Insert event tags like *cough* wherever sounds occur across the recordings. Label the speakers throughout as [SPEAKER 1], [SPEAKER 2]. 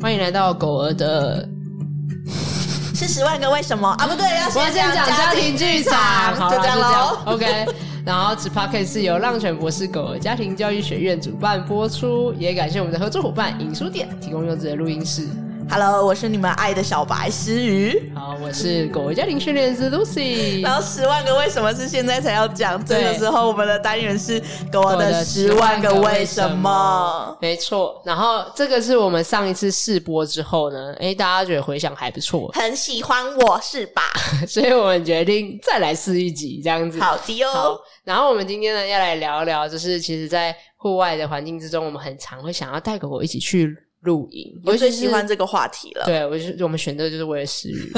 [SPEAKER 1] 欢迎来到狗儿的，
[SPEAKER 2] 是十万个为什么啊？不对，要
[SPEAKER 1] 我要
[SPEAKER 2] 先
[SPEAKER 1] 先讲家庭剧
[SPEAKER 2] *laughs*
[SPEAKER 1] 场，好
[SPEAKER 2] 就
[SPEAKER 1] 啦
[SPEAKER 2] 这样
[SPEAKER 1] 就
[SPEAKER 2] 喽。
[SPEAKER 1] OK，然后此 p o c k e t 是由浪犬博士狗儿家庭教育学院主办播出，也感谢我们的合作伙伴影书店提供优质的录音室。
[SPEAKER 2] Hello，我是你们爱的小白诗雨。
[SPEAKER 1] 好，我是狗儿家庭训练师 Lucy
[SPEAKER 2] 然。后十万个为什么是现在才要讲，这
[SPEAKER 1] 对
[SPEAKER 2] 个时候我们的单元是狗儿
[SPEAKER 1] 狗
[SPEAKER 2] 的
[SPEAKER 1] 的
[SPEAKER 2] 十万个为什么。
[SPEAKER 1] 没错，然后这个是我们上一次试播之后呢，诶，大家觉得回响还不错，
[SPEAKER 2] 很喜欢我是吧？
[SPEAKER 1] 所以我们决定再来试一集这样子。
[SPEAKER 2] 好的
[SPEAKER 1] 好
[SPEAKER 2] 哟，，
[SPEAKER 1] 然后我们今天呢要来聊一聊，就是其实，在户外的环境之中，我们很常会想要带狗狗一起去露营，
[SPEAKER 2] 嗯我
[SPEAKER 1] 尤
[SPEAKER 2] 最
[SPEAKER 1] 其是
[SPEAKER 2] 喜欢这个话题了。
[SPEAKER 1] 对，我就是我们选择就是为了食
[SPEAKER 2] *laughs*
[SPEAKER 1] 欲，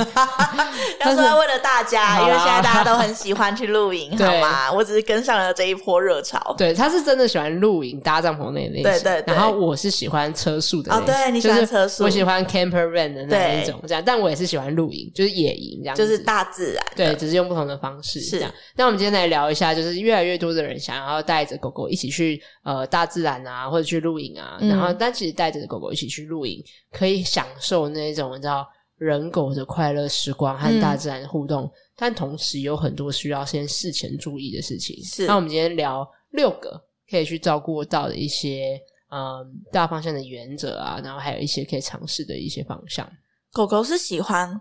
[SPEAKER 2] 要说要为了大家，
[SPEAKER 1] 好啊
[SPEAKER 2] 因为现在大家都很喜欢去
[SPEAKER 1] *laughs*
[SPEAKER 2] 露营，
[SPEAKER 1] 对
[SPEAKER 2] 好吗？我只是跟上了这一波热潮。
[SPEAKER 1] 对，他是真的喜欢露营搭帐篷那一类型，
[SPEAKER 2] 对对对
[SPEAKER 1] 然后我是喜欢车速的那一种
[SPEAKER 2] 哦对你喜
[SPEAKER 1] 就是
[SPEAKER 2] 欢车速
[SPEAKER 1] 我喜欢 camper van 的那
[SPEAKER 2] 对
[SPEAKER 1] 一种这样，但我也是喜欢露营，就是野营这样子，
[SPEAKER 2] 就是大自然，
[SPEAKER 1] 对，只是用不同的方式
[SPEAKER 2] 是
[SPEAKER 1] 这样。那我们今天来聊一下，就是越来越多的人想要带着狗狗一起去呃大自然啊，或者去露营啊，
[SPEAKER 2] 嗯
[SPEAKER 1] 然后但其实带着狗狗一起去露营，可以享受那种你知道人狗的快乐时光和
[SPEAKER 2] 嗯
[SPEAKER 1] 大自然的互动，但同时有很多需要先事前注意的事情。
[SPEAKER 2] 是
[SPEAKER 1] 那我们今天聊六个可以去照顾到的一些。嗯，大方向的原则啊，然后还有一些可以尝试的一些方向。
[SPEAKER 2] 狗狗是喜欢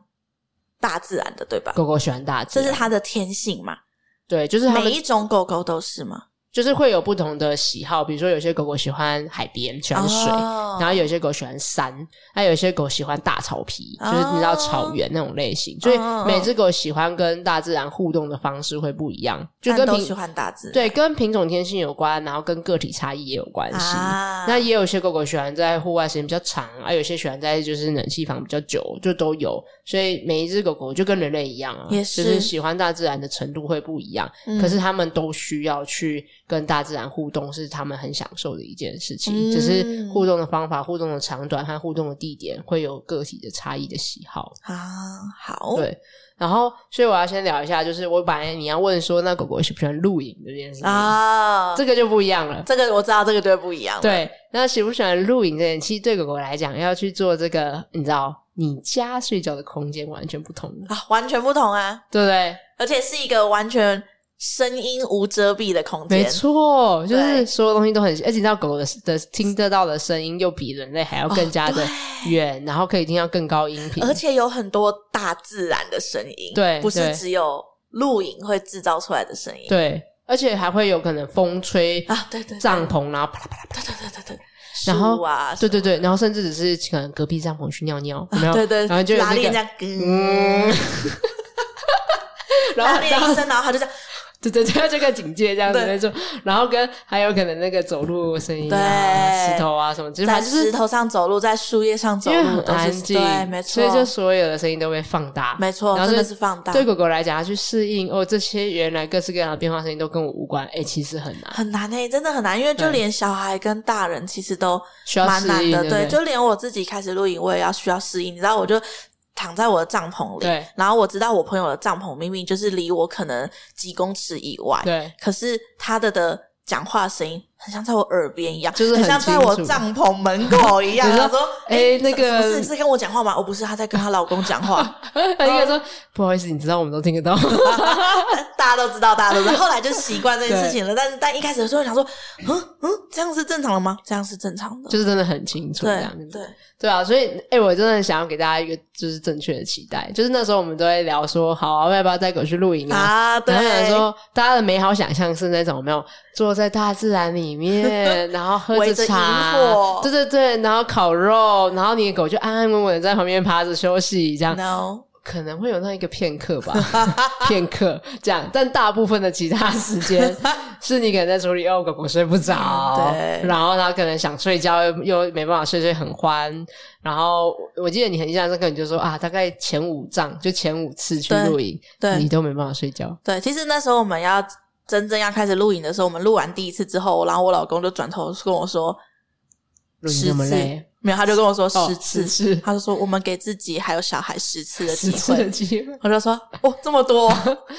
[SPEAKER 2] 大自然的，对吧？
[SPEAKER 1] 狗狗喜欢大自
[SPEAKER 2] 这
[SPEAKER 1] 然，
[SPEAKER 2] 是它的天性嘛？
[SPEAKER 1] 啊对，就是它们
[SPEAKER 2] 每一种狗狗都是吗？
[SPEAKER 1] 就是会有不同的喜好，比如说有些狗狗喜欢海边，喜欢水，
[SPEAKER 2] 哦
[SPEAKER 1] 然后有些狗喜欢山，还有些狗喜欢大草皮，
[SPEAKER 2] 哦
[SPEAKER 1] 就是你知道草原那种类型。
[SPEAKER 2] 嗯
[SPEAKER 1] 所以每只狗喜欢跟大自然互动的方式会不一样，就
[SPEAKER 2] 但
[SPEAKER 1] 跟
[SPEAKER 2] 都喜
[SPEAKER 1] 品
[SPEAKER 2] 欢大自然，
[SPEAKER 1] 对跟品种天性有关，然后跟个体差异也有关系。
[SPEAKER 2] 啊，
[SPEAKER 1] 那也有些狗狗喜欢在户外时间比较长，啊，有些喜欢在就是冷气房比较久，就都有。所以每一只狗狗就跟人类一样啊，
[SPEAKER 2] 也是
[SPEAKER 1] 就是喜欢大自然的程度会不一样。
[SPEAKER 2] 嗯
[SPEAKER 1] 可是他们都需要去跟大自然互动，是他们很享受的一件事情。
[SPEAKER 2] 嗯
[SPEAKER 1] 只是互动的方法、互动的长短和互动的地点会有个体的差异的喜好。
[SPEAKER 2] 啊，好，
[SPEAKER 1] 对，然后所以我要先聊一下，就是我本来你要问说，那狗狗喜不喜欢露营这件事情，
[SPEAKER 2] 啊，这
[SPEAKER 1] 这个就不一样了。
[SPEAKER 2] 这个我知道，这个就会不一样，，
[SPEAKER 1] 对，那喜不喜欢露营这点，其实对狗狗来讲，要去做这个，你知道，你家睡觉的空间完全不同了，
[SPEAKER 2] 啊，完全不同啊，
[SPEAKER 1] 对不对？
[SPEAKER 2] 而且是一个完全声音无遮蔽的空间，
[SPEAKER 1] 没错，就是
[SPEAKER 2] 对
[SPEAKER 1] 所有东西都很，哎而且你知道狗狗的的听得到的声音又比人类还要更加的远，然后可以听到更高音频，
[SPEAKER 2] 而且有很多大自然的声音，
[SPEAKER 1] 对
[SPEAKER 2] 不
[SPEAKER 1] 对
[SPEAKER 2] 是只有露营会制造出来的声音，
[SPEAKER 1] 对，而且还会有可能风吹
[SPEAKER 2] 啊，对对，对
[SPEAKER 1] 帐篷，然后啪啦啪啦啪啦，
[SPEAKER 2] 对对对对对，
[SPEAKER 1] 然后
[SPEAKER 2] 树啊，
[SPEAKER 1] 对对啊对，然后甚至只是可能隔壁帐篷去尿尿，有没有？
[SPEAKER 2] *laughs* 对对，
[SPEAKER 1] 然后就有
[SPEAKER 2] 拉
[SPEAKER 1] 那
[SPEAKER 2] 链这
[SPEAKER 1] 个，
[SPEAKER 2] 样，
[SPEAKER 1] *laughs*
[SPEAKER 2] 嗯
[SPEAKER 1] 嗯，然
[SPEAKER 2] 拉
[SPEAKER 1] 后
[SPEAKER 2] 链
[SPEAKER 1] 然后
[SPEAKER 2] 一声，然后他就这样，
[SPEAKER 1] 对对对，这个警戒这样子
[SPEAKER 2] 对
[SPEAKER 1] 没错。然后跟还有可能那个走路声音、啊、
[SPEAKER 2] 对
[SPEAKER 1] 石头啊什么，就是
[SPEAKER 2] 在
[SPEAKER 1] 反正就
[SPEAKER 2] 石
[SPEAKER 1] 是
[SPEAKER 2] 头上走路，在树叶上走
[SPEAKER 1] 因为
[SPEAKER 2] 路
[SPEAKER 1] 很
[SPEAKER 2] 都
[SPEAKER 1] 安
[SPEAKER 2] 是
[SPEAKER 1] 静，
[SPEAKER 2] 对，没错，
[SPEAKER 1] 所以就所有的声音都被放大，
[SPEAKER 2] 没错，
[SPEAKER 1] 然后所
[SPEAKER 2] 真
[SPEAKER 1] 以
[SPEAKER 2] 的是放大，
[SPEAKER 1] 对狗狗来讲，它去适应哦，这些原来各式各样的变化声音都跟我无关，哎，其实很难，
[SPEAKER 2] 很难诶、欸真的很难，因为就
[SPEAKER 1] 对
[SPEAKER 2] 连小孩跟大人其实都
[SPEAKER 1] 需要
[SPEAKER 2] 蛮
[SPEAKER 1] 适
[SPEAKER 2] 难
[SPEAKER 1] 应，
[SPEAKER 2] 的，
[SPEAKER 1] 对不
[SPEAKER 2] 就连我自己开始露营，我也要需要适应，你知道，我就。躺在我的帐篷里
[SPEAKER 1] 对，
[SPEAKER 2] 然后我知道我朋友的帐篷明明就是离我可能几公尺以外，
[SPEAKER 1] 对，
[SPEAKER 2] 可是他的的讲话声音很像在我耳边一样，
[SPEAKER 1] 就是很
[SPEAKER 2] 很像在
[SPEAKER 1] 清
[SPEAKER 2] 我
[SPEAKER 1] 楚
[SPEAKER 2] 帐篷门口一样。
[SPEAKER 1] *laughs* 你说
[SPEAKER 2] 他说：“
[SPEAKER 1] 哎
[SPEAKER 2] 诶
[SPEAKER 1] 那
[SPEAKER 2] 什什么
[SPEAKER 1] 个
[SPEAKER 2] 事是跟我讲话吗？”我哦不是，他在跟她老公讲话。
[SPEAKER 1] 他应该说不好意思，你知道我们都听得到，
[SPEAKER 2] *laughs* 大家都知道，大家都
[SPEAKER 1] *laughs*
[SPEAKER 2] 知道。后来就习惯这件事情了，但但一开始的时候想说：“嗯嗯，这样是正常的吗？这样是正常的。”
[SPEAKER 1] 就是真的很清楚这
[SPEAKER 2] 对
[SPEAKER 1] 样子
[SPEAKER 2] 对。，
[SPEAKER 1] 对啊，所以哎、欸我真的想要给大家一个就是正确的期待，就是那时候我们都会聊说，好啊，要不要带狗去露营啊？
[SPEAKER 2] 啊，
[SPEAKER 1] 然后想
[SPEAKER 2] 对，
[SPEAKER 1] 说，大家的美好想象是那种有没有坐在大自然里
[SPEAKER 2] *laughs*
[SPEAKER 1] 面，然后喝
[SPEAKER 2] 围
[SPEAKER 1] 着
[SPEAKER 2] 着
[SPEAKER 1] 茶
[SPEAKER 2] 萤火，
[SPEAKER 1] 对对对，然后烤肉，然后你的狗就安安稳稳的在旁边趴着休息，这样
[SPEAKER 2] no，
[SPEAKER 1] 可能会有那一个片刻吧， *laughs* 片刻这样，但大部分的其他时间
[SPEAKER 2] *laughs*
[SPEAKER 1] 是你可能在处理哦，狗狗睡不着，
[SPEAKER 2] 对
[SPEAKER 1] 然后它可能想睡觉又又没办法睡，睡很欢。然后我我记得你很印象深刻，你就说啊，大概前五仗就前五次去
[SPEAKER 2] 对
[SPEAKER 1] 露营，
[SPEAKER 2] 对
[SPEAKER 1] 你都没办法睡觉，
[SPEAKER 2] 对，其实那时候我们要真正要开始录影的时候，我们录完第一次之后，然后我老公就转头跟我说
[SPEAKER 1] 露营
[SPEAKER 2] 十
[SPEAKER 1] 那么
[SPEAKER 2] 次
[SPEAKER 1] 累，，
[SPEAKER 2] 没有，他就跟我说
[SPEAKER 1] 哦
[SPEAKER 2] 十次，
[SPEAKER 1] 十次
[SPEAKER 2] 他就说我们给自己还有小孩十次的
[SPEAKER 1] 十
[SPEAKER 2] 机
[SPEAKER 1] 次的
[SPEAKER 2] 会。
[SPEAKER 1] 机会，
[SPEAKER 2] 我就说哦，这么多，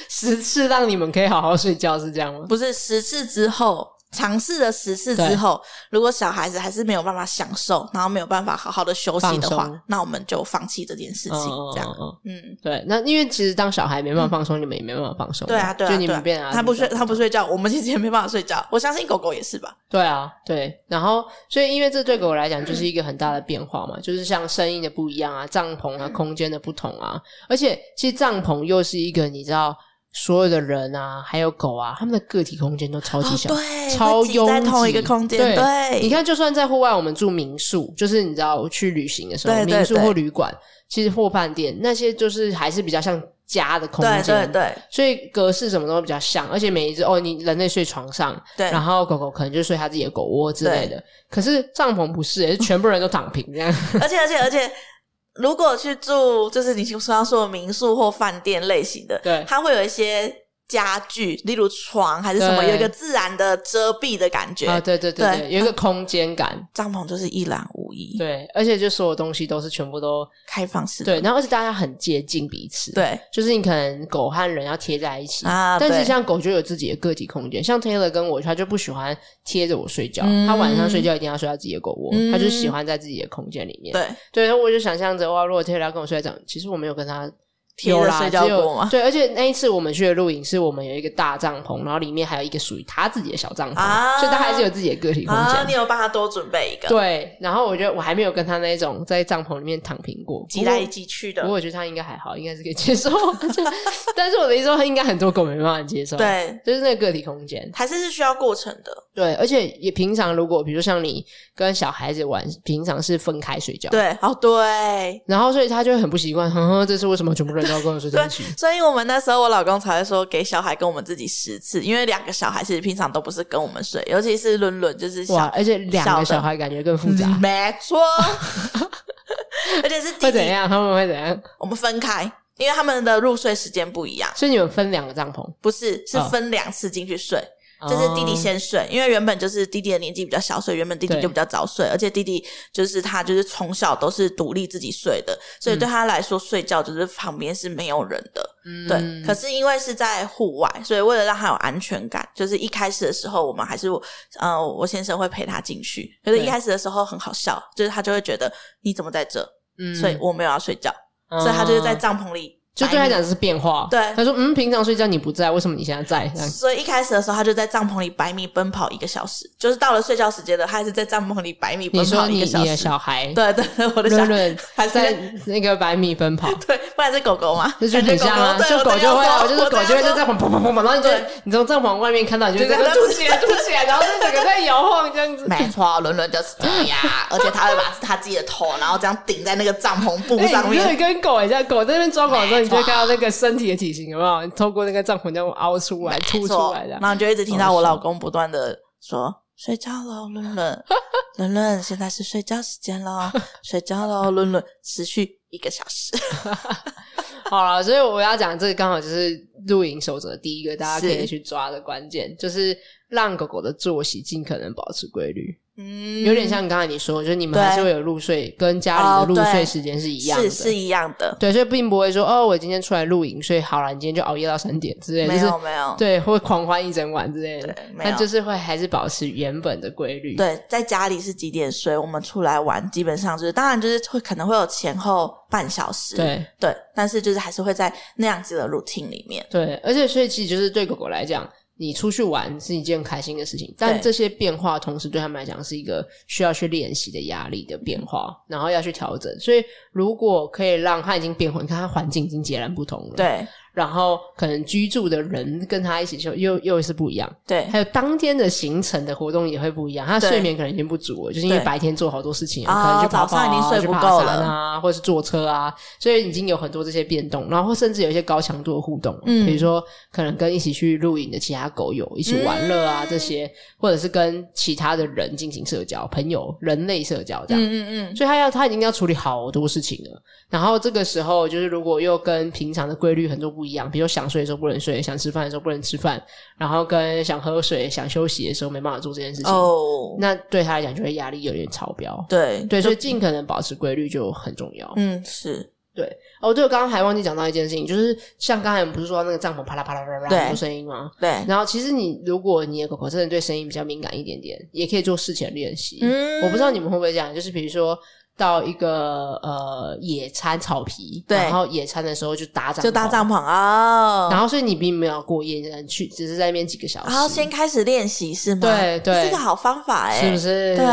[SPEAKER 1] 十次让你们可以好好睡觉是这样吗？
[SPEAKER 2] 不是十次之后尝试了十次之后，如果小孩子还是没有办法享受，然后没有办法好好的休息的
[SPEAKER 1] 放
[SPEAKER 2] 话
[SPEAKER 1] 松，
[SPEAKER 2] 那我们就放弃这件事情。这样，
[SPEAKER 1] 嗯
[SPEAKER 2] 嗯，
[SPEAKER 1] 对，那因为其实当小孩没办法放松，你们也没办法放松。
[SPEAKER 2] 对啊，对啊，
[SPEAKER 1] 就你
[SPEAKER 2] 对
[SPEAKER 1] 们
[SPEAKER 2] 啊
[SPEAKER 1] 变啊，
[SPEAKER 2] 他不睡，
[SPEAKER 1] 是
[SPEAKER 2] 他不睡觉，我们其实也没办法
[SPEAKER 1] *laughs*
[SPEAKER 2] 睡觉。我相信狗狗也是吧？
[SPEAKER 1] 对啊，对。然后，所以因为这对我来讲就是一个很大的变化嘛，就是像声音的不一样啊，帐篷啊，空间的不同啊，而且其实帐篷又是一个你知道。所有的人啊，还有狗啊，他们的个体空间都超级
[SPEAKER 2] 哦，
[SPEAKER 1] 小，
[SPEAKER 2] 对，
[SPEAKER 1] 超
[SPEAKER 2] 会挤在
[SPEAKER 1] 拥
[SPEAKER 2] 同一个
[SPEAKER 1] 挤
[SPEAKER 2] 空间，
[SPEAKER 1] 对
[SPEAKER 2] 对，
[SPEAKER 1] 你看，就算在户外，我们住民宿，就是你知道去旅行的时候，
[SPEAKER 2] 对对
[SPEAKER 1] 民宿
[SPEAKER 2] 对
[SPEAKER 1] 或旅馆，其实或饭店那些，就是还是比较像家的空
[SPEAKER 2] 对
[SPEAKER 1] 间。
[SPEAKER 2] 对对
[SPEAKER 1] 所以格式什么都比较像，而且每一只哦，你人类睡床上，
[SPEAKER 2] 对，
[SPEAKER 1] 然后狗狗可能就睡它自己的狗窝之类的。可是帐篷不是、欸，是全部人都躺平
[SPEAKER 2] *laughs*
[SPEAKER 1] 这样。
[SPEAKER 2] 而且而且而且，如果去住就是你刚刚说的民宿或饭店类型的，
[SPEAKER 1] 对
[SPEAKER 2] 它会有一些家具，例如床还是什么，
[SPEAKER 1] 对
[SPEAKER 2] 有一个自然的遮蔽的感觉。
[SPEAKER 1] 啊，对对对对，
[SPEAKER 2] 对
[SPEAKER 1] 有一个空间感。
[SPEAKER 2] 帐篷就是一览无遗，
[SPEAKER 1] 对，而且就所有东西都是全部都
[SPEAKER 2] 开放式的，
[SPEAKER 1] 对，然后而且大家很接近彼此。。
[SPEAKER 2] 嗯对
[SPEAKER 1] 就是你可能狗和人要贴在一起，
[SPEAKER 2] 啊，
[SPEAKER 1] 但是
[SPEAKER 2] 对
[SPEAKER 1] 像狗就有自己的个体空间，像 Taylor 跟我，他就不喜欢贴着我睡觉，
[SPEAKER 2] 嗯
[SPEAKER 1] 他晚上睡觉一定要睡到自己的狗窝，
[SPEAKER 2] 嗯
[SPEAKER 1] 他就喜欢在自己的空间里面。
[SPEAKER 2] 对
[SPEAKER 1] 对，然后我就想象着哇，如果 Taylor 要跟我睡在这，其实我没有跟他
[SPEAKER 2] 贴着
[SPEAKER 1] 有啦
[SPEAKER 2] 睡觉
[SPEAKER 1] 只有
[SPEAKER 2] 过吗
[SPEAKER 1] 对，而且那一次我们去的露营是我们有一个大帐篷，然后里面还有一个属于他自己的小帐篷，
[SPEAKER 2] 啊
[SPEAKER 1] 所以他还是有自己的个体空间。
[SPEAKER 2] 啊，你有帮他多准备一个，
[SPEAKER 1] 对，然后我觉得我还没有跟他那种在帐篷里面躺平过，
[SPEAKER 2] 挤来挤去的
[SPEAKER 1] 不过，我觉得他应该还好，应该是可以接受。 *laughs* 就但是我的意思说，应该很多狗没办法接受。，
[SPEAKER 2] 对，
[SPEAKER 1] 就是那个个体空间。
[SPEAKER 2] 还是是需要过程的，
[SPEAKER 1] 对，而且也平常如果比如像你跟小孩子玩，平常是分开睡觉。。
[SPEAKER 2] 对，哦对。
[SPEAKER 1] 然后，所以他就会很不习惯，呵呵，这是为什么全部人都要跟我睡在一起？
[SPEAKER 2] 所以我们那时候，我老公才会说给小孩跟我们自己十次，因为两个小孩其实平常都不是跟我们睡，尤其是伦伦就是小
[SPEAKER 1] 哇，而且两
[SPEAKER 2] 小
[SPEAKER 1] 个
[SPEAKER 2] 的嗯
[SPEAKER 1] 小孩感觉更复杂，
[SPEAKER 2] 没
[SPEAKER 1] *laughs*
[SPEAKER 2] 错，而且是弟
[SPEAKER 1] 会怎
[SPEAKER 2] 弟，
[SPEAKER 1] 样？他们会怎样？
[SPEAKER 2] 我们分开，因为他们的入睡时间不一样，
[SPEAKER 1] 所以你们分两个帐篷，
[SPEAKER 2] 不是是
[SPEAKER 1] 哦
[SPEAKER 2] 分两次进去睡。就是弟弟
[SPEAKER 1] 哦
[SPEAKER 2] 先睡，因为原本就是弟弟的年纪比较小，所以原本弟弟
[SPEAKER 1] 对
[SPEAKER 2] 就比较早睡，而且弟弟就是他就是从小都是独立自己睡的，所
[SPEAKER 1] 嗯
[SPEAKER 2] 以对他来说睡觉就是旁边是没有人的，
[SPEAKER 1] 嗯
[SPEAKER 2] 对。可是因为是在户外，所以为了让他有安全感，就是一开始的时候我们还是呃我先生会陪他进去，可是
[SPEAKER 1] 对
[SPEAKER 2] 一开始的时候很好笑，就是他就会觉得你怎么在这，
[SPEAKER 1] 嗯
[SPEAKER 2] 所以我没有要睡觉，
[SPEAKER 1] 嗯
[SPEAKER 2] 所以他就是在帐篷里。
[SPEAKER 1] 就对他讲是变化。
[SPEAKER 2] 对
[SPEAKER 1] 他说嗯，平常睡觉你不在，为什么你现在在？这样
[SPEAKER 2] 所以一开始的时候，他就在帐篷里百米奔跑一个小时，就是到了睡觉时间了，他还是在帐篷里百米奔
[SPEAKER 1] 你
[SPEAKER 2] 跑
[SPEAKER 1] 说
[SPEAKER 2] 一
[SPEAKER 1] 你
[SPEAKER 2] 个小
[SPEAKER 1] 你的
[SPEAKER 2] 时。
[SPEAKER 1] 小孩
[SPEAKER 2] 对对对，我的小
[SPEAKER 1] 伦伦
[SPEAKER 2] 还是
[SPEAKER 1] 在那个百米奔跑，
[SPEAKER 2] 对，不然是狗狗嘛，
[SPEAKER 1] 这就
[SPEAKER 2] 感
[SPEAKER 1] 很
[SPEAKER 2] 觉
[SPEAKER 1] 像啊，
[SPEAKER 2] 狗
[SPEAKER 1] 就
[SPEAKER 2] 狗
[SPEAKER 1] 狗
[SPEAKER 2] 对
[SPEAKER 1] 就会啊，
[SPEAKER 2] 我
[SPEAKER 1] 就
[SPEAKER 2] 正
[SPEAKER 1] 是
[SPEAKER 2] 要说
[SPEAKER 1] 狗就会在
[SPEAKER 2] 我正要说
[SPEAKER 1] 帐篷砰砰砰砰，然后你就
[SPEAKER 2] 对
[SPEAKER 1] 你从帐篷外面看到，你就
[SPEAKER 2] 对
[SPEAKER 1] 在
[SPEAKER 2] 对
[SPEAKER 1] 那
[SPEAKER 2] 对
[SPEAKER 1] 嘟起来嘟起来，然后就整个在摇晃这样子。
[SPEAKER 2] *laughs* 没错，伦伦就是这样，而且他会把他自己的头，然后这样顶在那个帐篷布
[SPEAKER 1] 哎
[SPEAKER 2] 上
[SPEAKER 1] 你真
[SPEAKER 2] 面
[SPEAKER 1] 的。跟狗一样，狗在那边抓狗的时候，你就会看到那个身体的体型有没有透过那个帐篷这样凹出来、凸
[SPEAKER 2] 没
[SPEAKER 1] 出
[SPEAKER 2] 错，
[SPEAKER 1] 来的
[SPEAKER 2] 然。后你就一直听到我老公不断的说：“睡觉喽，伦伦，伦伦，现在是睡觉时间喽，睡觉喽，伦伦。”持续一个小时， *laughs*
[SPEAKER 1] 好了，所以我要讲这个刚好就是露营守则第一个，大家可以
[SPEAKER 2] 是
[SPEAKER 1] 去抓的关键，就是让狗狗的作息尽可能保持规律，
[SPEAKER 2] 嗯
[SPEAKER 1] 有点像刚才你说，就是你们
[SPEAKER 2] 对
[SPEAKER 1] 还是会有入睡，跟家里的
[SPEAKER 2] 哦
[SPEAKER 1] 入睡
[SPEAKER 2] 对
[SPEAKER 1] 时间是一样的，
[SPEAKER 2] 是是一样的，
[SPEAKER 1] 对，所以并不会说哦，我今天出来露营，所以好了，你今天就熬夜到三点之类的，
[SPEAKER 2] 没
[SPEAKER 1] 就是
[SPEAKER 2] 有没有，
[SPEAKER 1] 对，会狂欢一整晚之类的
[SPEAKER 2] 对，没
[SPEAKER 1] 那
[SPEAKER 2] 有
[SPEAKER 1] 就是会还是保持原本的规律。
[SPEAKER 2] 对，在家里是几点睡，我们出来玩基本上就是，当然就是会可能会有前后半小时，
[SPEAKER 1] 对
[SPEAKER 2] 但是就是还是会在那样子的 routine 里面，
[SPEAKER 1] 对，而且所以其实就是对狗狗来讲，你出去玩是一件开心的事情，但
[SPEAKER 2] 对
[SPEAKER 1] 这些变化同时对他们来讲是一个需要去练习的压力的变
[SPEAKER 2] 嗯
[SPEAKER 1] 化，然后要去调整。所以如果可以让它已经变化，你看它环境已经截然不同了，，
[SPEAKER 2] 对
[SPEAKER 1] 然后可能居住的人跟它一起就又又是不一样，
[SPEAKER 2] 对
[SPEAKER 1] 还有当天的行程的活动也会不一样，他
[SPEAKER 2] 对
[SPEAKER 1] 睡眠可能已经不足了，就是因为
[SPEAKER 2] 对
[SPEAKER 1] 白天做好多事情，可
[SPEAKER 2] 啊
[SPEAKER 1] 能去跑跑啊、
[SPEAKER 2] 早上已经睡不
[SPEAKER 1] 去爬
[SPEAKER 2] 够
[SPEAKER 1] 山
[SPEAKER 2] 了
[SPEAKER 1] 啊，或者是坐车啊，所以已经有很多这些变动，然后甚至有一些高强度的互动，
[SPEAKER 2] 嗯
[SPEAKER 1] 比如说可能跟一起去露营的其他狗友一起玩乐啊、
[SPEAKER 2] 嗯
[SPEAKER 1] 这些，或者是跟其他的人进行社交，朋友、人类社交这样。
[SPEAKER 2] 嗯嗯嗯，
[SPEAKER 1] 所以他要他已经要处理好多事情了，然后这个时候就是如果又跟平常的规律很多不一样，比如想睡的时候不能睡，想吃饭的时候不能吃饭，然后跟想喝水、想休息的时候没办法做这件事情，
[SPEAKER 2] 哦，嗯
[SPEAKER 1] 那对他来讲就会压力有点超标。
[SPEAKER 2] 对
[SPEAKER 1] 对，
[SPEAKER 2] 就
[SPEAKER 1] 所以尽可能保持规律就很重要。
[SPEAKER 2] 嗯是，
[SPEAKER 1] 对，哦，对，我刚刚还忘记讲到一件事情，就是像刚才我们不是说那个帐篷啪啦啪啦啪啦啪啦很多
[SPEAKER 2] 对
[SPEAKER 1] 声音吗？
[SPEAKER 2] 对，
[SPEAKER 1] 然后其实你如果你的狗狗真的对声音比较敏感一点点，也可以做事前练习。
[SPEAKER 2] 嗯
[SPEAKER 1] 我不知道你们会不会这样，就是比如说到一个呃野餐草皮，
[SPEAKER 2] 对
[SPEAKER 1] 然后野餐的时候就搭帐，
[SPEAKER 2] 就搭帐，篷哦，
[SPEAKER 1] 然后所以你并没有过夜，你去只是在那边几个小时，
[SPEAKER 2] 然后先开始练习是吗？
[SPEAKER 1] 对对
[SPEAKER 2] 这是个好方法哎、
[SPEAKER 1] 是不是？。
[SPEAKER 2] 对，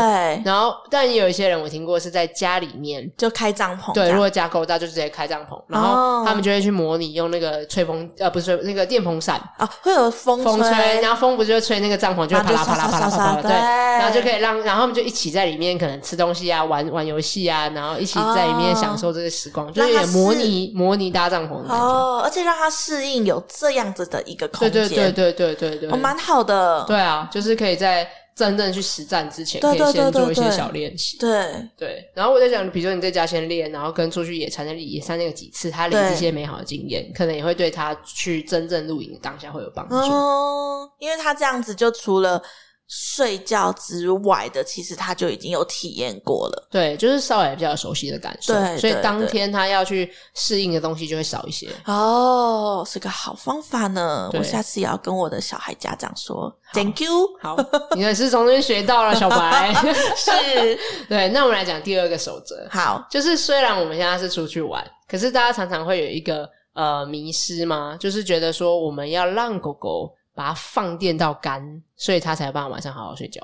[SPEAKER 1] 然后，但也有一些人我听过是在家里面，
[SPEAKER 2] 就开帐篷这
[SPEAKER 1] 对，
[SPEAKER 2] 样，
[SPEAKER 1] 如果家够大就直接开帐篷，然后
[SPEAKER 2] 哦
[SPEAKER 1] 他们就会去模拟用那个吹风，呃，不是吹那个电风扇，
[SPEAKER 2] 哦，会有风
[SPEAKER 1] 风吹，
[SPEAKER 2] 吹，
[SPEAKER 1] 然后风不就吹那个帐篷，就会
[SPEAKER 2] 然
[SPEAKER 1] 啪
[SPEAKER 2] 后就
[SPEAKER 1] 啦啪啦啪啦啪啦，
[SPEAKER 2] 刷刷刷
[SPEAKER 1] 对，
[SPEAKER 2] 刷
[SPEAKER 1] 然后就
[SPEAKER 2] 对
[SPEAKER 1] 可以让，然后他们就一起在里面可能吃东西啊，玩玩游戏啊，然后一起在里面
[SPEAKER 2] 哦
[SPEAKER 1] 享受这个时光，就
[SPEAKER 2] 让
[SPEAKER 1] 有
[SPEAKER 2] 它
[SPEAKER 1] 点模
[SPEAKER 2] 是
[SPEAKER 1] 拟模拟搭帐篷的感觉。
[SPEAKER 2] 哦，而且让它适应有这样子的一个空
[SPEAKER 1] 对
[SPEAKER 2] 间，
[SPEAKER 1] 对对对对对对
[SPEAKER 2] 哦，，蛮好的，
[SPEAKER 1] 对啊，就是可以在真正去实战之前，
[SPEAKER 2] 对
[SPEAKER 1] 可以
[SPEAKER 2] 对
[SPEAKER 1] 先
[SPEAKER 2] 对
[SPEAKER 1] 做
[SPEAKER 2] 对
[SPEAKER 1] 一些
[SPEAKER 2] 对
[SPEAKER 1] 小练习。
[SPEAKER 2] 对
[SPEAKER 1] 对，然后我在想，比如说你在家先练，然后跟出去野餐那里野餐那个几次，他累积一
[SPEAKER 2] 对
[SPEAKER 1] 些美好的经验，可能也会对他去真正露营当下会有帮助。
[SPEAKER 2] 哦，因为它这样子就除了睡觉之外的，其实它就已经有体验过了，
[SPEAKER 1] 对，就是稍微比较有熟悉的感受，
[SPEAKER 2] 对
[SPEAKER 1] 所以
[SPEAKER 2] 对
[SPEAKER 1] 当
[SPEAKER 2] 对
[SPEAKER 1] 天他要去适应的东西就会少一些。
[SPEAKER 2] 哦，是个好方法呢，
[SPEAKER 1] 对
[SPEAKER 2] 我下次也要跟我的小孩家长说
[SPEAKER 1] *laughs*
[SPEAKER 2] ，Thank you，
[SPEAKER 1] 好，你也是从这边学到了，小白。
[SPEAKER 2] 是
[SPEAKER 1] 对，那我们来讲第二个守则，
[SPEAKER 2] 好，
[SPEAKER 1] 就是虽然我们现在是出去玩，可是大家常常会有一个呃迷失嘛，就是觉得说我们要让狗狗把它放电到干，所以它才有办法晚上好好睡觉。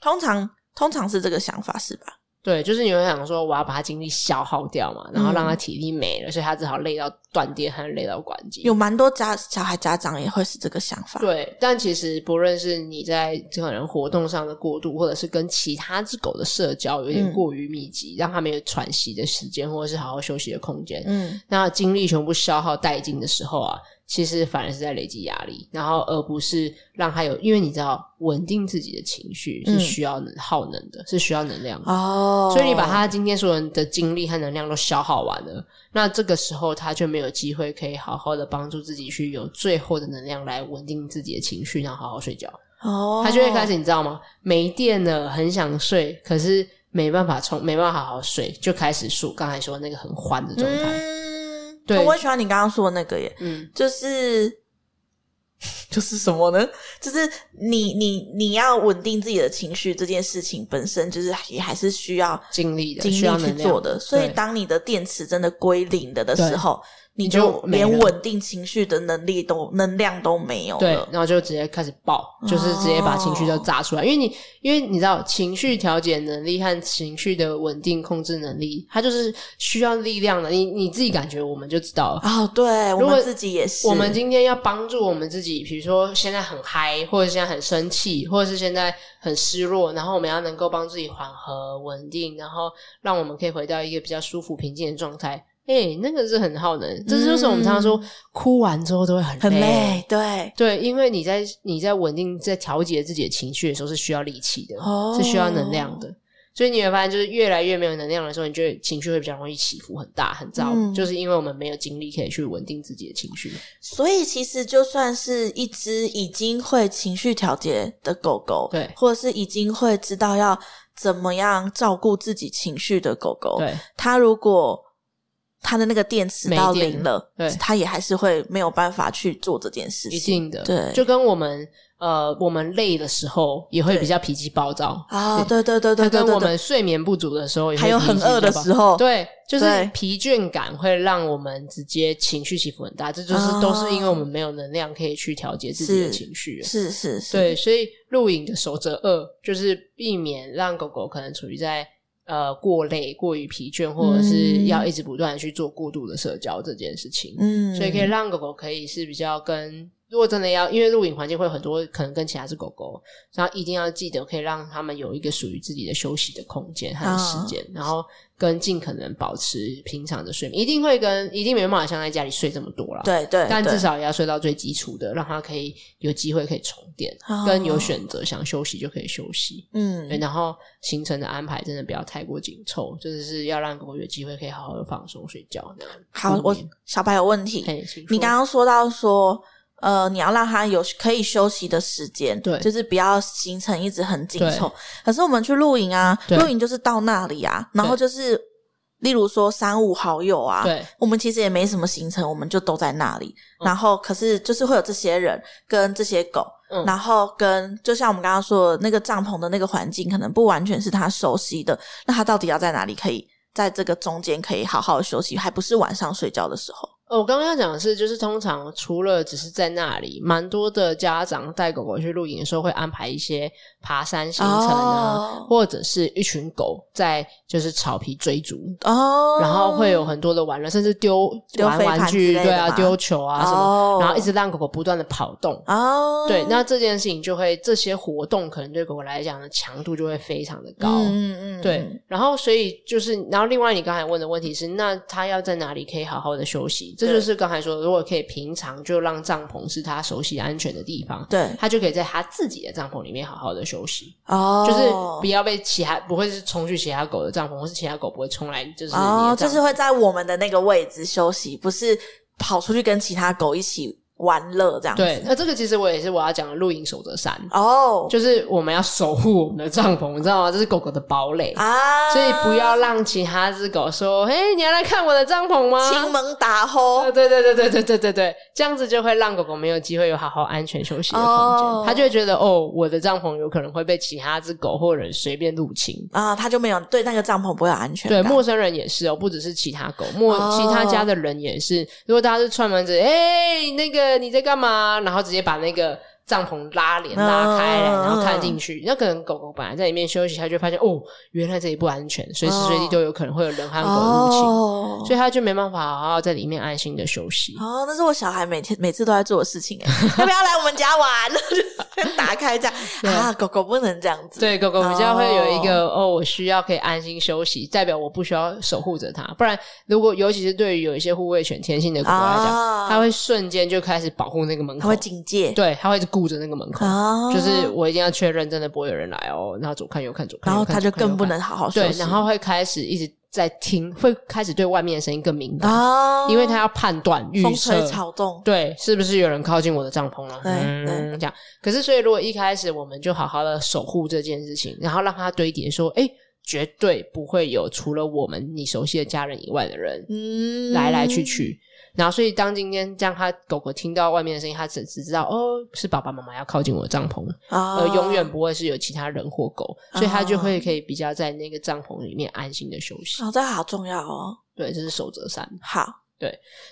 [SPEAKER 2] 通常通常是这个想法是吧？
[SPEAKER 1] 对，就是你会想说，我要把它精力消耗掉嘛，
[SPEAKER 2] 嗯
[SPEAKER 1] 然后让它体力没了，所以它只好累到断电，还是累到关机。
[SPEAKER 2] 有蛮多家小孩家长也会是这个想法，
[SPEAKER 1] 对，但其实不论是你在可能活动上的过度，或者是跟其他只狗的社交有点
[SPEAKER 2] 嗯
[SPEAKER 1] 过于密集，让它没有喘息的时间，或者是好好休息的空间，
[SPEAKER 2] 嗯，
[SPEAKER 1] 那精力全部消耗殆尽的时候啊，其实反而是在累积压力，然后而不是让它有，因为你知道，稳定自己的情绪是
[SPEAKER 2] 嗯
[SPEAKER 1] 需要能耗能的，是需要能量的。
[SPEAKER 2] 哦，
[SPEAKER 1] 所以你把他今天所有的精力和能量都消耗完了，那这个时候他就没有机会可以好好的帮助自己去有最后的能量来稳定自己的情绪，然后好好睡觉。
[SPEAKER 2] 哦，
[SPEAKER 1] 他就会开始，你知道吗？没电了，很想睡，可是没办法充，没办法好好睡，就开始数刚才说那个很欢的状态。
[SPEAKER 2] 嗯，
[SPEAKER 1] 对
[SPEAKER 2] 我很喜欢你刚刚说的那个耶，
[SPEAKER 1] 嗯，
[SPEAKER 2] 就是
[SPEAKER 1] *laughs*
[SPEAKER 2] 就是什么呢？就是你你你要稳定自己的情绪这件事情本身，就是也还是需要
[SPEAKER 1] 精力的
[SPEAKER 2] 精
[SPEAKER 1] 需要
[SPEAKER 2] 力去
[SPEAKER 1] 能
[SPEAKER 2] 做
[SPEAKER 1] 量
[SPEAKER 2] 的。所以
[SPEAKER 1] 对
[SPEAKER 2] 当你的电池真的归零的的时候，你
[SPEAKER 1] 就
[SPEAKER 2] 就
[SPEAKER 1] 没
[SPEAKER 2] 连
[SPEAKER 1] 了
[SPEAKER 2] 稳定情绪的能力都能量都没有
[SPEAKER 1] 对，
[SPEAKER 2] 了。哦
[SPEAKER 1] 然后就直接开始爆，就是直接把情绪都炸出来。因为你，因为你知道，情绪调节能力和情绪的稳定控制能力，它就是需要力量的。你你自己感觉，我们就知道了。
[SPEAKER 2] 哦，对，
[SPEAKER 1] 如
[SPEAKER 2] 我
[SPEAKER 1] 果
[SPEAKER 2] 们自己也是，
[SPEAKER 1] 我们今天要帮助我们自己，比如说现在很嗨，或者现在很生气，或者是现在很失落，然后我们要能够帮自己缓和、稳定，然后让我们可以回到一个比较舒服、平静的状态。哎、那个是很耗能，这就是我们常常说，哭完之后都会很
[SPEAKER 2] 嗯很累，对，
[SPEAKER 1] 对，因为你在你在稳定在调节自己的情绪的时候是需要力气的，
[SPEAKER 2] 哦
[SPEAKER 1] 是需要能量的。所以你会发现，就是越来越没有能量的时候，你就会情绪会比较容易起伏很大、很躁，
[SPEAKER 2] 嗯
[SPEAKER 1] 就是因为我们没有精力可以去稳定自己的情绪。
[SPEAKER 2] 所以其实就算是一只已经会情绪调节的狗狗，
[SPEAKER 1] 对
[SPEAKER 2] 或者是已经会知道要怎么样照顾自己情绪的狗狗，
[SPEAKER 1] 对，
[SPEAKER 2] 它如果它的那个电池
[SPEAKER 1] 没
[SPEAKER 2] 到
[SPEAKER 1] 电
[SPEAKER 2] 零
[SPEAKER 1] 了
[SPEAKER 2] 了，
[SPEAKER 1] 对
[SPEAKER 2] 它也还是会没有办法去做这件事
[SPEAKER 1] 一
[SPEAKER 2] 情。
[SPEAKER 1] 定的，
[SPEAKER 2] 对
[SPEAKER 1] 就跟我们呃，我们累的时候也会比较脾气暴躁，
[SPEAKER 2] 啊，对对对对
[SPEAKER 1] 它
[SPEAKER 2] 对
[SPEAKER 1] 跟
[SPEAKER 2] 对
[SPEAKER 1] 我
[SPEAKER 2] 对，
[SPEAKER 1] 们睡眠不足的时候也会
[SPEAKER 2] 还有很
[SPEAKER 1] 脾气比较
[SPEAKER 2] 饿的
[SPEAKER 1] 暴
[SPEAKER 2] 时候，
[SPEAKER 1] 对，就是
[SPEAKER 2] 对
[SPEAKER 1] 疲倦感会让我们直接情绪起伏很大，这就是
[SPEAKER 2] 哦
[SPEAKER 1] 都是因为我们没有能量可以去调节自己的
[SPEAKER 2] 是
[SPEAKER 1] 情绪。
[SPEAKER 2] 是是是，
[SPEAKER 1] 对，所以录影的守则二就是避免让狗狗可能处于在呃过累、过于疲倦，或者是
[SPEAKER 2] 嗯
[SPEAKER 1] 要一直不断的去做过度的社交这件事情。
[SPEAKER 2] 嗯，
[SPEAKER 1] 所以可以让狗狗可以是比较跟，如果真的要，因为露营环境会有很多，可能跟其他只狗狗，然后一定要记得可以让它们有一个属于自己的休息的空间和时
[SPEAKER 2] 哦
[SPEAKER 1] 间，然后跟尽可能保持平常的睡眠，一定会跟一定没办法像在家里睡这么多啦，，
[SPEAKER 2] 对对，
[SPEAKER 1] 但
[SPEAKER 2] 哎对
[SPEAKER 1] 至少也要睡到最基础的，让它可以有机会可以重电，
[SPEAKER 2] 哦
[SPEAKER 1] 跟有选择想休息就可以休息。
[SPEAKER 2] 嗯
[SPEAKER 1] 对，然后行程的安排真的不要太过紧凑，就是要让狗狗有机会可以好好的放松睡觉。这样
[SPEAKER 2] 好，我小白有问题，
[SPEAKER 1] 嘿请
[SPEAKER 2] 你
[SPEAKER 1] 说
[SPEAKER 2] 刚刚说到说，呃，你要让他有可以休息的时间，
[SPEAKER 1] 对
[SPEAKER 2] 就是不要行程一直很紧
[SPEAKER 1] 对
[SPEAKER 2] 凑。可是我们去露营啊，
[SPEAKER 1] 对
[SPEAKER 2] 露营就是到那里啊，然后就是例如说三五好友啊，
[SPEAKER 1] 对，
[SPEAKER 2] 我们其实也没什么行程，我们就都在那里。然后可是就是会有这些人跟这些狗，
[SPEAKER 1] 嗯
[SPEAKER 2] 然后跟就像我们刚刚说的那个帐篷的那个环境，可能不完全是他熟悉的。那他到底要在哪里可以在这个中间可以好好休息，还不是晚上睡觉的时候？
[SPEAKER 1] 哦，我刚刚要讲的是，就是通常除了只是在那里，蛮多的家长带狗狗去露营的时候，会安排一些爬山行程啊，
[SPEAKER 2] 哦
[SPEAKER 1] 或者是一群狗在就是草皮追逐，
[SPEAKER 2] 哦，
[SPEAKER 1] 然后会有很多的玩乐，甚至丢
[SPEAKER 2] 丢
[SPEAKER 1] 玩
[SPEAKER 2] 飞盘
[SPEAKER 1] 玩具，
[SPEAKER 2] 之类的
[SPEAKER 1] 对啊，
[SPEAKER 2] 吗
[SPEAKER 1] 丢球啊什么，
[SPEAKER 2] 哦
[SPEAKER 1] 然后一直让狗狗不断的跑动。
[SPEAKER 2] 哦，
[SPEAKER 1] 对，那这件事情就会这些活动可能对狗狗来讲的强度就会非常的高。
[SPEAKER 2] 嗯嗯，
[SPEAKER 1] 对，然后所以就是，然后另外你刚才问的问题是，那他要在哪里可以好好的休息？这就
[SPEAKER 2] 对
[SPEAKER 1] 是刚才说，如果可以平常就让帐篷是他熟悉安全的地方，
[SPEAKER 2] 对，
[SPEAKER 1] 他就可以在他自己的帐篷里面好好的休息，
[SPEAKER 2] 哦，
[SPEAKER 1] 就是不要被其他不会是冲去其他狗的帐篷，或是其他狗不会冲来，就是你的
[SPEAKER 2] 哦，
[SPEAKER 1] 帐
[SPEAKER 2] 就是
[SPEAKER 1] 篷
[SPEAKER 2] 会在我们的那个位置休息，不是跑出去跟其他狗一起玩乐这样子。
[SPEAKER 1] 对。那这个其实我也是我要讲的露营守则三，
[SPEAKER 2] 哦，
[SPEAKER 1] 就是我们要守护我们的帐篷，你知道吗？这是狗狗的堡垒。
[SPEAKER 2] 啊，
[SPEAKER 1] 所以不要让其他只狗说：“嘿，你要来看我的帐篷吗？”
[SPEAKER 2] 亲门打
[SPEAKER 1] 哦，
[SPEAKER 2] 吼。
[SPEAKER 1] 对对对对对对对对，这样子就会让狗狗没有机会有好好安全休息的空
[SPEAKER 2] 哦
[SPEAKER 1] 间，它就会觉得哦，我的帐篷有可能会被其他只狗或人随便入侵。
[SPEAKER 2] 啊，他就没有对那个帐篷不会有安全
[SPEAKER 1] 对，
[SPEAKER 2] 感。
[SPEAKER 1] 陌生人也是哦，不只是其他狗，陌、
[SPEAKER 2] 哦
[SPEAKER 1] 其他家的人也是。如果大家是串门子，哎、那个你在干嘛？然后直接把那个帐篷拉帘拉开来，
[SPEAKER 2] 嗯
[SPEAKER 1] 然后看进去，那可能狗狗本来在里面休息，它就发现哦，原来这里不安全，随时随地
[SPEAKER 2] 哦
[SPEAKER 1] 都有可能会有人和狗入侵，
[SPEAKER 2] 哦，
[SPEAKER 1] 所以它就没办法好好在里面安心的休息。
[SPEAKER 2] 哦，那是我小孩每天每次都在做的事情哎，要 *laughs* 不要来我们家玩？ *laughs* 打开这样啊，狗狗不能这样子。
[SPEAKER 1] 对，狗狗比较会有一个哦我需要可以安心休息，代表我不需要守护着它。不然，如果尤其是对于有一些护卫犬天性的狗狗来讲，
[SPEAKER 2] 啊，
[SPEAKER 1] 它会瞬间就开始保护那个门
[SPEAKER 2] 它
[SPEAKER 1] 口
[SPEAKER 2] 会，警戒。
[SPEAKER 1] 对，它会一直顾着那个门口，
[SPEAKER 2] 啊，
[SPEAKER 1] 就是我一定要确认真的不会有人来哦。然后左看右看左看
[SPEAKER 2] 然
[SPEAKER 1] 右
[SPEAKER 2] 后
[SPEAKER 1] 看，
[SPEAKER 2] 它就
[SPEAKER 1] 左看右
[SPEAKER 2] 更不
[SPEAKER 1] 看
[SPEAKER 2] 能好好休
[SPEAKER 1] 对，
[SPEAKER 2] 息。
[SPEAKER 1] 然后会开始一直在听，会开始对外面的声音更敏感，
[SPEAKER 2] 啊，
[SPEAKER 1] 因为它要判断预
[SPEAKER 2] 风
[SPEAKER 1] 测
[SPEAKER 2] 吹。草动。
[SPEAKER 1] 对，是不是有人靠近我的帐篷了？
[SPEAKER 2] 对
[SPEAKER 1] 嗯，
[SPEAKER 2] 对
[SPEAKER 1] 这样。可是，所以如果一开始我们就好好的守护这件事情，然后让它堆叠，说，哎，绝对不会有除了我们你熟悉的家人以外的人、
[SPEAKER 2] 嗯
[SPEAKER 1] 来来去。去。然后，所以当今天这样，它狗狗听到外面的声音，它只只知道哦，是爸爸妈妈要靠近我的帐篷，
[SPEAKER 2] 啊，
[SPEAKER 1] 而呃永远不会是有其他人或狗，
[SPEAKER 2] 哦
[SPEAKER 1] 所以它就会可以比较在那个帐篷里面安心的休息。
[SPEAKER 2] 哦，这好重要哦。
[SPEAKER 1] 对，这是守则三。
[SPEAKER 2] 好，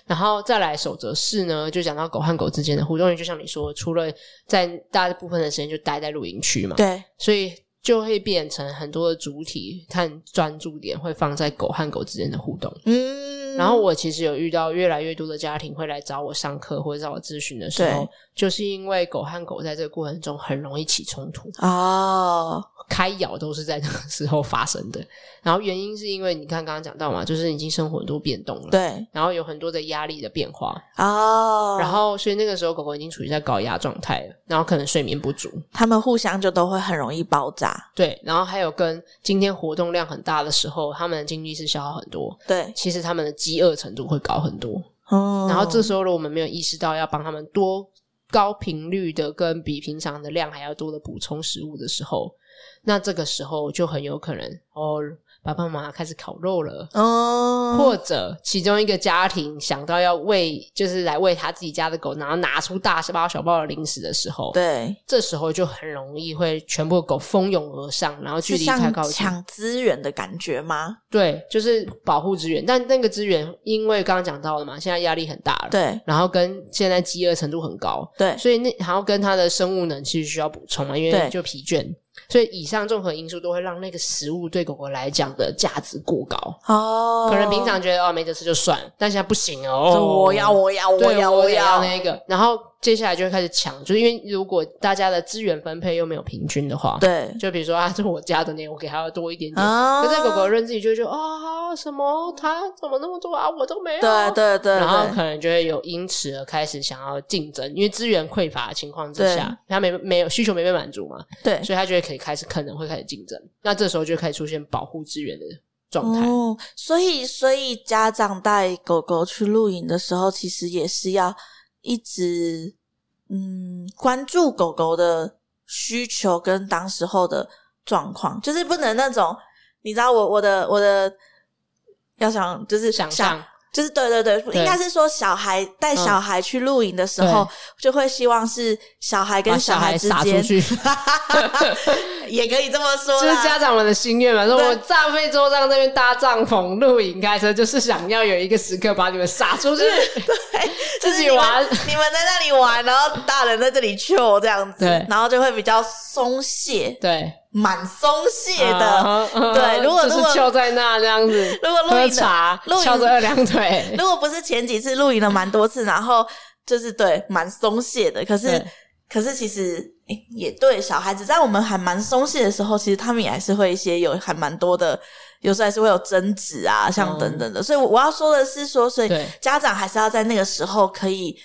[SPEAKER 1] 然后再来守则四呢，就讲到狗和狗之间的互动，因为就像你说，除了在大部分的时间就待在露营区嘛，
[SPEAKER 2] 对，
[SPEAKER 1] 所以就会变成很多的主体和专注点会放在狗和狗之间的互动。
[SPEAKER 2] 嗯，
[SPEAKER 1] 然后我其实有遇到越来越多的家庭会来找我上课或者找我咨询的时候
[SPEAKER 2] 对，
[SPEAKER 1] 就是因为狗和狗在这个过程中很容易起冲突，
[SPEAKER 2] 哦，
[SPEAKER 1] 开咬都是在那个 *laughs* 时候发生的。然后原因是因为你看刚刚讲到嘛，就是已经生活很多变动了，
[SPEAKER 2] 对，
[SPEAKER 1] 然后有很多的压力的变化，
[SPEAKER 2] 哦，
[SPEAKER 1] 然后，所以那个时候狗狗已经处于在高压状态了，然后可能睡眠不足，
[SPEAKER 2] 他们互相就都会很容易爆炸。
[SPEAKER 1] 对，然后还有跟今天活动量很大的时候，他们的精力是消耗很多，
[SPEAKER 2] 对，
[SPEAKER 1] 其实他们的饥饿程度会高很多。
[SPEAKER 2] 嗯，
[SPEAKER 1] 然后这时候，如果我们没有意识到要帮他们多高频率的跟比平常的量还要多的补充食物的时候，那这个时候就很有可能哦，爸爸妈妈开始烤肉了。
[SPEAKER 2] 嗯，
[SPEAKER 1] 或者其中一个家庭想到要喂，就是来喂他自己家的狗，然后拿出大包小包的零食的时候，
[SPEAKER 2] 对，
[SPEAKER 1] 这时候就很容易会全部狗蜂拥而上，然后距
[SPEAKER 2] 是
[SPEAKER 1] 离
[SPEAKER 2] 像
[SPEAKER 1] 太靠近。
[SPEAKER 2] 抢资源的感觉吗？
[SPEAKER 1] 对，就是保护资源，但那个资源因为刚刚讲到了嘛，现在压力很大了，，
[SPEAKER 2] 对，
[SPEAKER 1] 然后跟现在饥饿程度很高，
[SPEAKER 2] 对，
[SPEAKER 1] 所以那然后跟它的生物能其实需要补充嘛，因为
[SPEAKER 2] 对
[SPEAKER 1] 就疲倦，所以以上综合因素都会让那个食物对狗狗来讲的价值过高。
[SPEAKER 2] 哦，
[SPEAKER 1] 可能平常觉得哦没得吃就算，了，但现在不行哦，
[SPEAKER 2] 就我要，我要，我
[SPEAKER 1] 对
[SPEAKER 2] 要，
[SPEAKER 1] 我
[SPEAKER 2] 我
[SPEAKER 1] 得要那个，然后接下来就会开始抢，就是因为如果大家的资源分配又没有平均的话，
[SPEAKER 2] 对
[SPEAKER 1] 就比如说啊，这是我家的呢，我给它要多一点点。
[SPEAKER 2] 啊，
[SPEAKER 1] 可是狗狗认自己就会觉得啊、什么它怎么那么多啊，我都没有。
[SPEAKER 2] 对对对，
[SPEAKER 1] 然后
[SPEAKER 2] 嗯对
[SPEAKER 1] 可能就会有因此而开始想要竞争，因为资源匮乏的情况之下，它没没有需求没被满足嘛，
[SPEAKER 2] 对，
[SPEAKER 1] 所以它就会可以开始可能会开始竞争。那这时候就开始出现保护资源的状态。
[SPEAKER 2] 哦，所以所以家长带狗狗去露营的时候，其实也是要一直嗯关注狗狗的需求跟当时候的状况，就是不能那种你知道我我的我的要想就是
[SPEAKER 1] 想
[SPEAKER 2] 想
[SPEAKER 1] 象，
[SPEAKER 2] 就是对对对，
[SPEAKER 1] 对嗯
[SPEAKER 2] 应该是说小孩带小孩去露营的时候
[SPEAKER 1] 对，
[SPEAKER 2] 就会希望是小孩
[SPEAKER 1] 把
[SPEAKER 2] 跟
[SPEAKER 1] 小
[SPEAKER 2] 孩
[SPEAKER 1] 孩
[SPEAKER 2] 之
[SPEAKER 1] 撒出
[SPEAKER 2] 间， *laughs*
[SPEAKER 1] 去， *laughs* 这
[SPEAKER 2] 也可以这么说
[SPEAKER 1] 是家
[SPEAKER 2] 啦。
[SPEAKER 1] 长们的心愿嘛？说
[SPEAKER 2] 对
[SPEAKER 1] 我炸非洲让那边搭帐篷、露营、开车，就是想要有一个时刻把你们撒出去， *laughs*
[SPEAKER 2] 就
[SPEAKER 1] 自
[SPEAKER 2] 是
[SPEAKER 1] 己
[SPEAKER 2] 你们
[SPEAKER 1] 玩。
[SPEAKER 2] 你们在那里玩，然后大人在这里 chill 这样子
[SPEAKER 1] 对，
[SPEAKER 2] 然后就会比较松懈，
[SPEAKER 1] 对，
[SPEAKER 2] 蛮松懈的。
[SPEAKER 1] 啊哈
[SPEAKER 2] 对如果
[SPEAKER 1] 就
[SPEAKER 2] 如
[SPEAKER 1] 是
[SPEAKER 2] 果
[SPEAKER 1] 翘在那这样子，
[SPEAKER 2] 如果露
[SPEAKER 1] 喝
[SPEAKER 2] 营的，
[SPEAKER 1] 茶
[SPEAKER 2] 露，营
[SPEAKER 1] 翘着二两腿，
[SPEAKER 2] *laughs* 如果不是前几次露营了蛮多次，然后就是对蛮松懈的，可是
[SPEAKER 1] 对
[SPEAKER 2] 可是其实、诶也对，小孩子在我们还蛮松懈的时候，其实他们也还是会一些有还蛮多的，有时候还是会有争执啊，像
[SPEAKER 1] 嗯
[SPEAKER 2] 等等的。所以我我要说的是说，所以
[SPEAKER 1] 对
[SPEAKER 2] 家长还是要在那个时候可以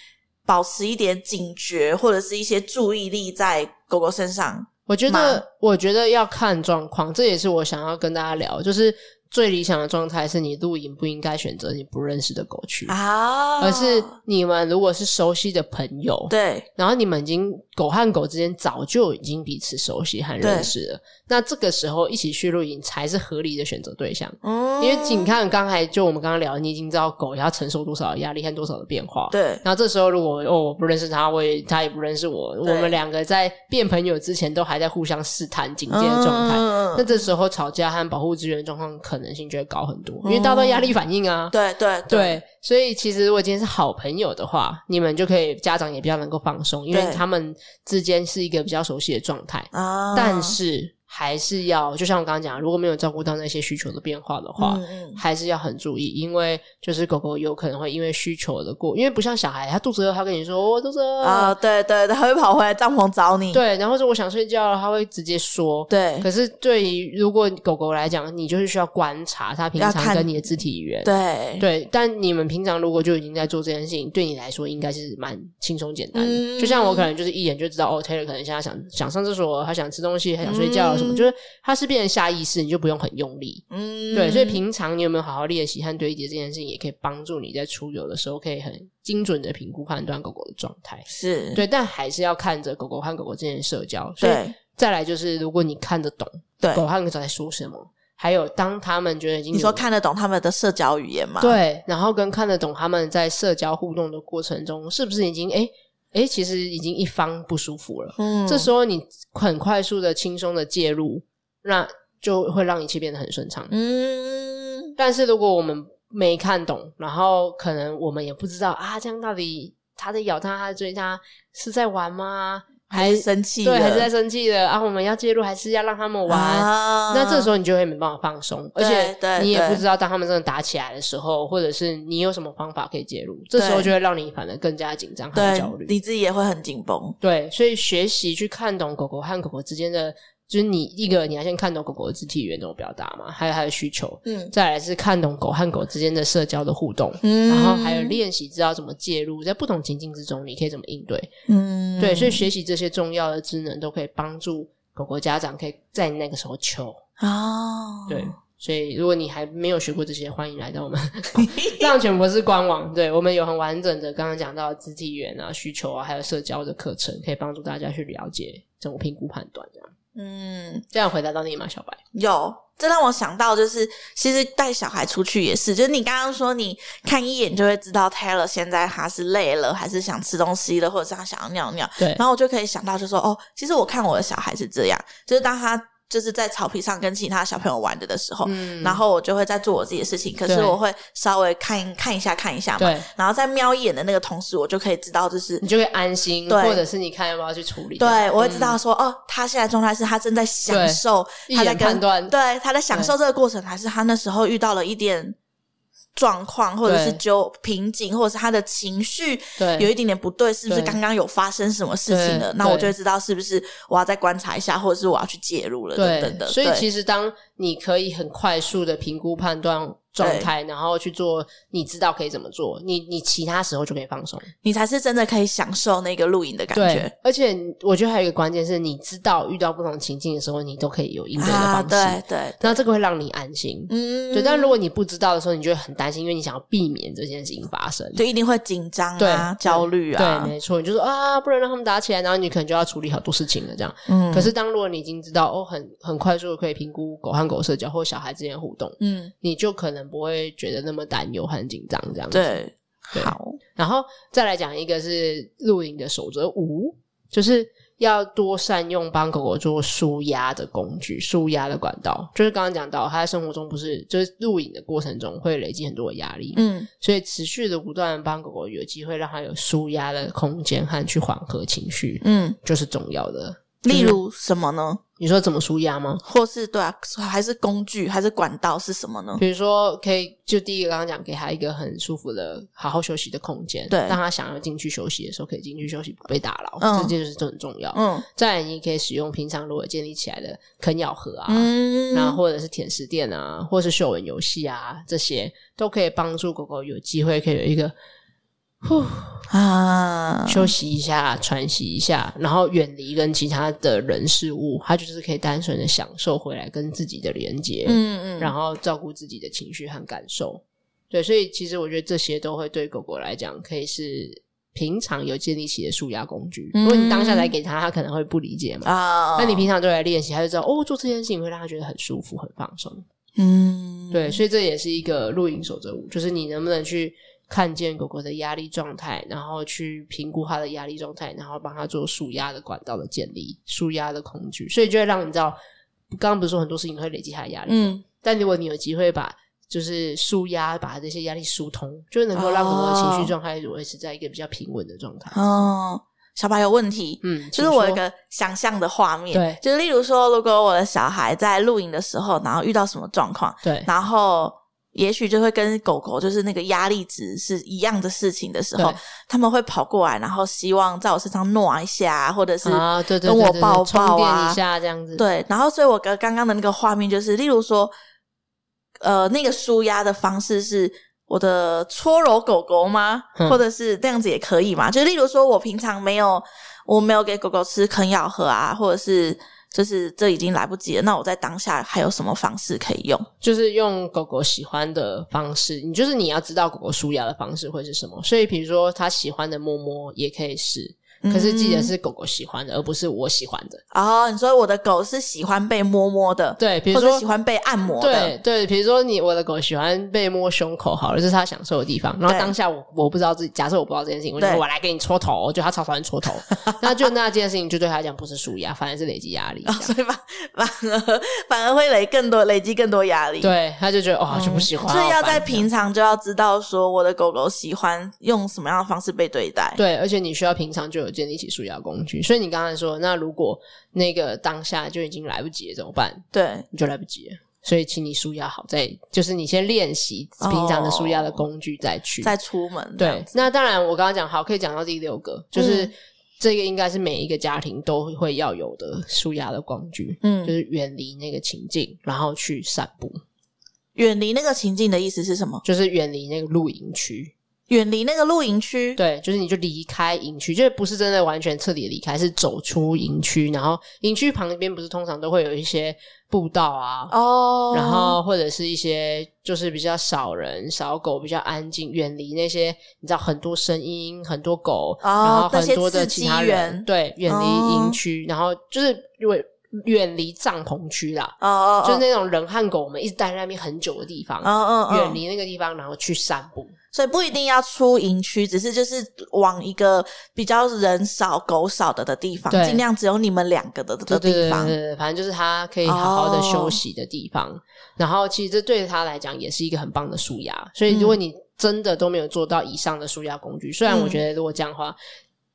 [SPEAKER 2] 保持一点警觉，或者是一些注意力在狗狗身上。
[SPEAKER 1] 我觉
[SPEAKER 2] 忙
[SPEAKER 1] 得，我觉得要看状况，这也是我想要跟大家聊，就是最理想的状态是你露营不应该选择你不认识的狗去，
[SPEAKER 2] 啊，
[SPEAKER 1] 嗯而是你们如果是熟悉的朋友，
[SPEAKER 2] 对
[SPEAKER 1] 然后你们已经狗和狗之间早就已经彼此熟悉和认识了，那这个时候一起去露营才是合理的选择对象。
[SPEAKER 2] 嗯
[SPEAKER 1] 因为仅看刚才就我们刚刚聊，你已经知道狗要承受多少的压力和多少的变化，
[SPEAKER 2] 对
[SPEAKER 1] 然后这时候如果哦我不认识他，我也他也不认识我，我
[SPEAKER 2] 对
[SPEAKER 1] 们两个在变朋友之前都还在互相试探、警戒的状态。
[SPEAKER 2] 嗯
[SPEAKER 1] 那这时候吵架和保护资源状况可能性就会高很多，因为大家都压力反应啊。
[SPEAKER 2] 对嗯对
[SPEAKER 1] 对，所以其实如果今天是好朋友的话，你们就可以家长也比较能够放松，因为
[SPEAKER 2] 对
[SPEAKER 1] 他们之间是一个比较熟悉的状态。
[SPEAKER 2] 啊，
[SPEAKER 1] 但是还是要，就像我刚刚讲，如果没有照顾到那些需求的变化的话，
[SPEAKER 2] 嗯嗯
[SPEAKER 1] 还是要很注意，因为就是狗狗有可能会因为需求的过，因为不像小孩，他肚子饿，他跟你说我、肚子饿
[SPEAKER 2] 啊，对对，他会跑回来帐篷找你。
[SPEAKER 1] 嗯对，然后说我想睡觉了，他会直接说。
[SPEAKER 2] 对
[SPEAKER 1] 可是对于如果狗狗来讲，你就是需要观察它平
[SPEAKER 2] 要
[SPEAKER 1] 常
[SPEAKER 2] 看
[SPEAKER 1] 跟你的肢体语言。
[SPEAKER 2] 对
[SPEAKER 1] 对，但你们平常如果就已经在做这件事情，对你来说应该是蛮轻松简单的。
[SPEAKER 2] 嗯
[SPEAKER 1] 就像我可能就是一眼就知道，哦，Taylor 可能现在想想上厕所，他想吃东西，他想睡觉了什么，
[SPEAKER 2] 嗯
[SPEAKER 1] 就是它是变成下意识，你就不用很用力。
[SPEAKER 2] 嗯
[SPEAKER 1] 对，所以平常你有没有好好练习和堆叠这件事情，也可以帮助你在出游的时候可以很精准的评估判断狗狗的状态。
[SPEAKER 2] 是
[SPEAKER 1] 对，但还是要看着狗狗和狗狗之间的社交。所以
[SPEAKER 2] 对
[SPEAKER 1] 再来就是，如果你看得懂
[SPEAKER 2] 对
[SPEAKER 1] 狗和狗在说什么，还有当他们觉得已经
[SPEAKER 2] 你说
[SPEAKER 1] 有
[SPEAKER 2] 看得啊懂他们的社交语言吗？，
[SPEAKER 1] 对，然后跟看得懂他们在社交互动的过程中，是不是已经诶诶，其实已经一方不舒服了。
[SPEAKER 2] 嗯，
[SPEAKER 1] 这时候你很快速的、轻松的介入，那就会让一切变得很顺畅。
[SPEAKER 2] 嗯，
[SPEAKER 1] 但是如果我们没看懂，然后可能我们也不知道啊，这样到底他在咬他、他在追他是在玩吗？
[SPEAKER 2] 还是生气了，
[SPEAKER 1] 对，还是在生气的啊？我们要介入还是要让他们玩？
[SPEAKER 2] 啊
[SPEAKER 1] 那这时候你就会没办法放松，而
[SPEAKER 2] 对
[SPEAKER 1] 且
[SPEAKER 2] 对
[SPEAKER 1] 你也
[SPEAKER 2] 对
[SPEAKER 1] 不知道当他们真的打起来的时候，或者是你有什么方法可以介入，这时候
[SPEAKER 2] 对
[SPEAKER 1] 就会让你反而更加紧张和
[SPEAKER 2] 对
[SPEAKER 1] 焦虑。
[SPEAKER 2] 你自己也会很紧绷。
[SPEAKER 1] 对，所以学习去看懂狗狗和狗狗之间的，就是你一个你要先看懂狗狗的肢体语言怎么表达嘛，还有它的需求，
[SPEAKER 2] 嗯
[SPEAKER 1] 再来是看懂狗和狗之间的社交的互动，
[SPEAKER 2] 嗯
[SPEAKER 1] 然后还有练习知道怎么介入，在不同情境之中你可以怎么应对。
[SPEAKER 2] 嗯，
[SPEAKER 1] 对，所以学习这些重要的职能都可以帮助狗狗家长可以在那个时候求。
[SPEAKER 2] 哦，
[SPEAKER 1] 对，所以如果你还没有学过这些，欢迎来到我们
[SPEAKER 2] *laughs*
[SPEAKER 1] 浪犬博士官网。对我们有很完整的，刚刚讲到肢体语言啊、需求啊，还有社交的课程，可以帮助大家去了解怎么评估判断。这样
[SPEAKER 2] 嗯，
[SPEAKER 1] 这样回答到你吗，小白？
[SPEAKER 2] 有，这让我想到，就是其实带小孩出去也是，就是你刚刚说，你看一眼就会知道 Taylor 现在他是累了，还是想吃东西了，或者是他想要尿尿，
[SPEAKER 1] 对
[SPEAKER 2] 然后我就可以想到，就说哦，其实我看我的小孩是这样，就是当他就是在草皮上跟其他小朋友玩着的时候，
[SPEAKER 1] 嗯
[SPEAKER 2] 然后我就会在做我自己的事情，可是
[SPEAKER 1] 对
[SPEAKER 2] 我会稍微看看一下看一下嘛，
[SPEAKER 1] 对，
[SPEAKER 2] 然后在瞄一眼的那个同时，我就可以知道就是
[SPEAKER 1] 你。就会安心，
[SPEAKER 2] 对
[SPEAKER 1] 或者是你看要不要去处理。
[SPEAKER 2] 对，我会
[SPEAKER 1] 嗯
[SPEAKER 2] 知道说、哦，他现在状态是他正在享
[SPEAKER 1] 对
[SPEAKER 2] 受，
[SPEAKER 1] 一
[SPEAKER 2] 他在
[SPEAKER 1] 眼判
[SPEAKER 2] 跟
[SPEAKER 1] 断。
[SPEAKER 2] 对，他在享受这个过程，还是他那时候遇到了一点状况，或者是
[SPEAKER 1] 对
[SPEAKER 2] 纠瓶颈，或者是他的情绪
[SPEAKER 1] 对
[SPEAKER 2] 有一点点不对，是不是
[SPEAKER 1] 对
[SPEAKER 2] 刚刚有发生什么事情了
[SPEAKER 1] 对？
[SPEAKER 2] 那我
[SPEAKER 1] 对
[SPEAKER 2] 就会知道是不是我要再观察一下，或者是我要去介入了等等的。
[SPEAKER 1] 所以
[SPEAKER 2] 对
[SPEAKER 1] 其实当你可以很快速的评估判断状态，然后去做你知道可以怎么做，你你其他时候就可以放松。
[SPEAKER 2] 你才是真的可以享受那个录影的感
[SPEAKER 1] 对
[SPEAKER 2] 觉，啊
[SPEAKER 1] 而且我觉得还有一个关键是，你知道遇到不同情境的时候，你都可以有应对的
[SPEAKER 2] 啊！
[SPEAKER 1] 方式，
[SPEAKER 2] 对对，
[SPEAKER 1] 那这个会让你安心。
[SPEAKER 2] 嗯，
[SPEAKER 1] 对，但如果你不知道的时候，你就会很担心，因为你想要避免这件事情发生。
[SPEAKER 2] 就一定会紧张啊、
[SPEAKER 1] 对
[SPEAKER 2] 焦虑啊
[SPEAKER 1] 对，，没错，你就说啊，不能让他们打起来，然后你可能就要处理好多事情了。这样，
[SPEAKER 2] 嗯，
[SPEAKER 1] 可是当如果你已经知道哦，很很快速的可以评估狗和狗社交或小孩之间的互动，
[SPEAKER 2] 嗯，
[SPEAKER 1] 你就可能能不会觉得那么担忧、很紧张这样子。，
[SPEAKER 2] 对，
[SPEAKER 1] 对
[SPEAKER 2] 好，
[SPEAKER 1] 然后再来讲一个是露营的守则五，就是要多善用帮狗狗做舒压的工具、舒压的管道。就是刚刚讲到，它在生活中不是就是露营的过程中会累积很多的压力，
[SPEAKER 2] 嗯，
[SPEAKER 1] 所以持续的不断帮狗狗有机会让它有舒压的空间和去缓和情绪，
[SPEAKER 2] 嗯，
[SPEAKER 1] 就是重要的。
[SPEAKER 2] 例如什么呢？
[SPEAKER 1] 你说怎么舒压吗？
[SPEAKER 2] 或是对啊，还是工具，还是管道是什么呢？
[SPEAKER 1] 比如说，可以就第一个刚刚讲，给他一个很舒服的、好好休息的空间，
[SPEAKER 2] 对
[SPEAKER 1] 让他想要进去休息的时候可以进去休息，不被打扰，
[SPEAKER 2] 嗯
[SPEAKER 1] 这件事都很重要。
[SPEAKER 2] 嗯
[SPEAKER 1] 再来，你可以使用平常如果建立起来的啃咬盒啊，
[SPEAKER 2] 嗯，
[SPEAKER 1] 然后或者是舔食垫啊，或是嗅闻游戏啊，这些都可以帮助狗狗有机会可以有一个
[SPEAKER 2] 啊，
[SPEAKER 1] 休息一下、喘息一下，然后远离跟其他的人事物，它就是可以单纯的享受回来跟自己的连接。
[SPEAKER 2] 嗯嗯，
[SPEAKER 1] 然后照顾自己的情绪和感受。对，所以其实我觉得这些都会对狗狗来讲，可以是平常有建立起的舒压工具。如果你当
[SPEAKER 2] 嗯
[SPEAKER 1] 下来给它，它可能会不理解嘛。
[SPEAKER 2] 啊，
[SPEAKER 1] 那你平常就来练习，它就知道哦，做这件事情会让它觉得很舒服、很放松。
[SPEAKER 2] 嗯，
[SPEAKER 1] 对，所以这也是一个露营守则五，就是你能不能去看见狗狗的压力状态，然后去评估它的压力状态，然后帮它做舒压的管道的建立、舒压的工具，所以就会让你知道，刚刚不是说很多事情会累积它的压力，
[SPEAKER 2] 嗯，
[SPEAKER 1] 但如果你有机会把就是舒压，把这些压力疏通，就能够让我们的情绪状态维持在一个比较平稳的状态。
[SPEAKER 2] 哦，小白有问题，
[SPEAKER 1] 嗯，
[SPEAKER 2] 就是
[SPEAKER 1] 请
[SPEAKER 2] 我有一
[SPEAKER 1] 说
[SPEAKER 2] 个想象的画面，
[SPEAKER 1] 对
[SPEAKER 2] 就是例如说，如果我的小孩在露营的时候，然后遇到什么状况，
[SPEAKER 1] 对
[SPEAKER 2] 然后也许就会跟狗狗就是那个压力值是一样的事情的时候
[SPEAKER 1] 对，
[SPEAKER 2] 他们会跑过来，然后希望在我身上暖一下，或者是
[SPEAKER 1] 啊，对对对
[SPEAKER 2] 跟我
[SPEAKER 1] 对对
[SPEAKER 2] 抱
[SPEAKER 1] 充
[SPEAKER 2] 抱
[SPEAKER 1] 电
[SPEAKER 2] 啊
[SPEAKER 1] 一下这样子。
[SPEAKER 2] 对，然后所以我刚刚刚的那个画面就是，例如说，呃，那个舒压的方式是我的搓揉狗狗吗？
[SPEAKER 1] 嗯
[SPEAKER 2] 或者是那样子也可以嘛？就例如说我平常没有，我没有给狗狗吃啃咬盒啊，或者是就是这已经来不及了，那我在当下还有什么方式可以用？
[SPEAKER 1] 就是用狗狗喜欢的方式，你就是你要知道狗狗舒压的方式会是什么。所以，比如说它喜欢的摸摸也可以试，可是记得
[SPEAKER 2] 嗯
[SPEAKER 1] 是狗狗喜欢的，而不是我喜欢的。
[SPEAKER 2] 哦，你说我的狗是喜欢被摸摸的，，
[SPEAKER 1] 对，比如
[SPEAKER 2] 或
[SPEAKER 1] 说
[SPEAKER 2] 者喜欢被按摩
[SPEAKER 1] 对
[SPEAKER 2] 的，
[SPEAKER 1] 对，比如说你我的狗喜欢被摸胸口，好了，这是它享受的地方。然后
[SPEAKER 2] 对
[SPEAKER 1] 当下我我不知道自己，假设我不知道这件事情，我就
[SPEAKER 2] 对
[SPEAKER 1] 说我来给你戳头，就它超讨厌戳头， *laughs* 那就那件事情就对它来讲不是舒压，反而是累积压力这
[SPEAKER 2] 然
[SPEAKER 1] 样。
[SPEAKER 2] *laughs* 后所以反反而反而会累更多累积更多压力，
[SPEAKER 1] 对，它就觉得哦，就不喜欢，
[SPEAKER 2] 嗯所以
[SPEAKER 1] 好
[SPEAKER 2] 要
[SPEAKER 1] 烦
[SPEAKER 2] 在平常就要知道说我的狗狗喜欢用什么样的方式被对待。
[SPEAKER 1] 对，而且你需要平常就有建立起舒压工具。所以你刚才说，那如果那个当下就已经来不及了，怎么办？
[SPEAKER 2] 对
[SPEAKER 1] 你就来不及了。所以，请你舒压好，再就是你先练习平常的舒压的
[SPEAKER 2] 哦
[SPEAKER 1] 工具，再去、
[SPEAKER 2] 再出门这
[SPEAKER 1] 对
[SPEAKER 2] 样子，
[SPEAKER 1] 那当然，我刚刚讲好，可以讲到第六个，就是、
[SPEAKER 2] 嗯
[SPEAKER 1] 这个应该是每一个家庭都会要有的舒压的工具，就
[SPEAKER 2] 嗯，
[SPEAKER 1] 是远离那个情境，然后去散步，
[SPEAKER 2] 远离那个情境的意思是什么？
[SPEAKER 1] 就是远离那个露营区。
[SPEAKER 2] 远离那个露营区。
[SPEAKER 1] 对，就是你就离开营区，就是不是真的完全彻底地离开，是走出营区，然后营区旁边不是通常都会有一些步道啊。
[SPEAKER 2] 哦，
[SPEAKER 1] 然后或者是一些就是比较少人、少狗、比较安静，远离那些你知道很多声音、很多狗，
[SPEAKER 2] 哦
[SPEAKER 1] 然后
[SPEAKER 2] 那些
[SPEAKER 1] 很多的
[SPEAKER 2] 刺
[SPEAKER 1] 其
[SPEAKER 2] 激
[SPEAKER 1] 他人，
[SPEAKER 2] 源
[SPEAKER 1] 对，远离营
[SPEAKER 2] 哦
[SPEAKER 1] 区，然后就是远远离帐篷区啦，
[SPEAKER 2] 哦哦，哦
[SPEAKER 1] 就是那种人和狗我们一直待在那边很久的地方，
[SPEAKER 2] 哦哦哦
[SPEAKER 1] 远，离那个地方，然后去散步。
[SPEAKER 2] 所以不一定要出营区，只是就是往一个比较人少、狗少的的地方
[SPEAKER 1] 对，
[SPEAKER 2] 尽量只有你们两个的的
[SPEAKER 1] 对
[SPEAKER 2] 的
[SPEAKER 1] 对对
[SPEAKER 2] 地
[SPEAKER 1] 对
[SPEAKER 2] 方
[SPEAKER 1] 对，。对反正就是他可以好好的休息的地方。然后其实这对他来讲也是一个很棒的舒压。所以如果你真的都没有做到以上的舒压工具，虽然我觉得如果这样的话，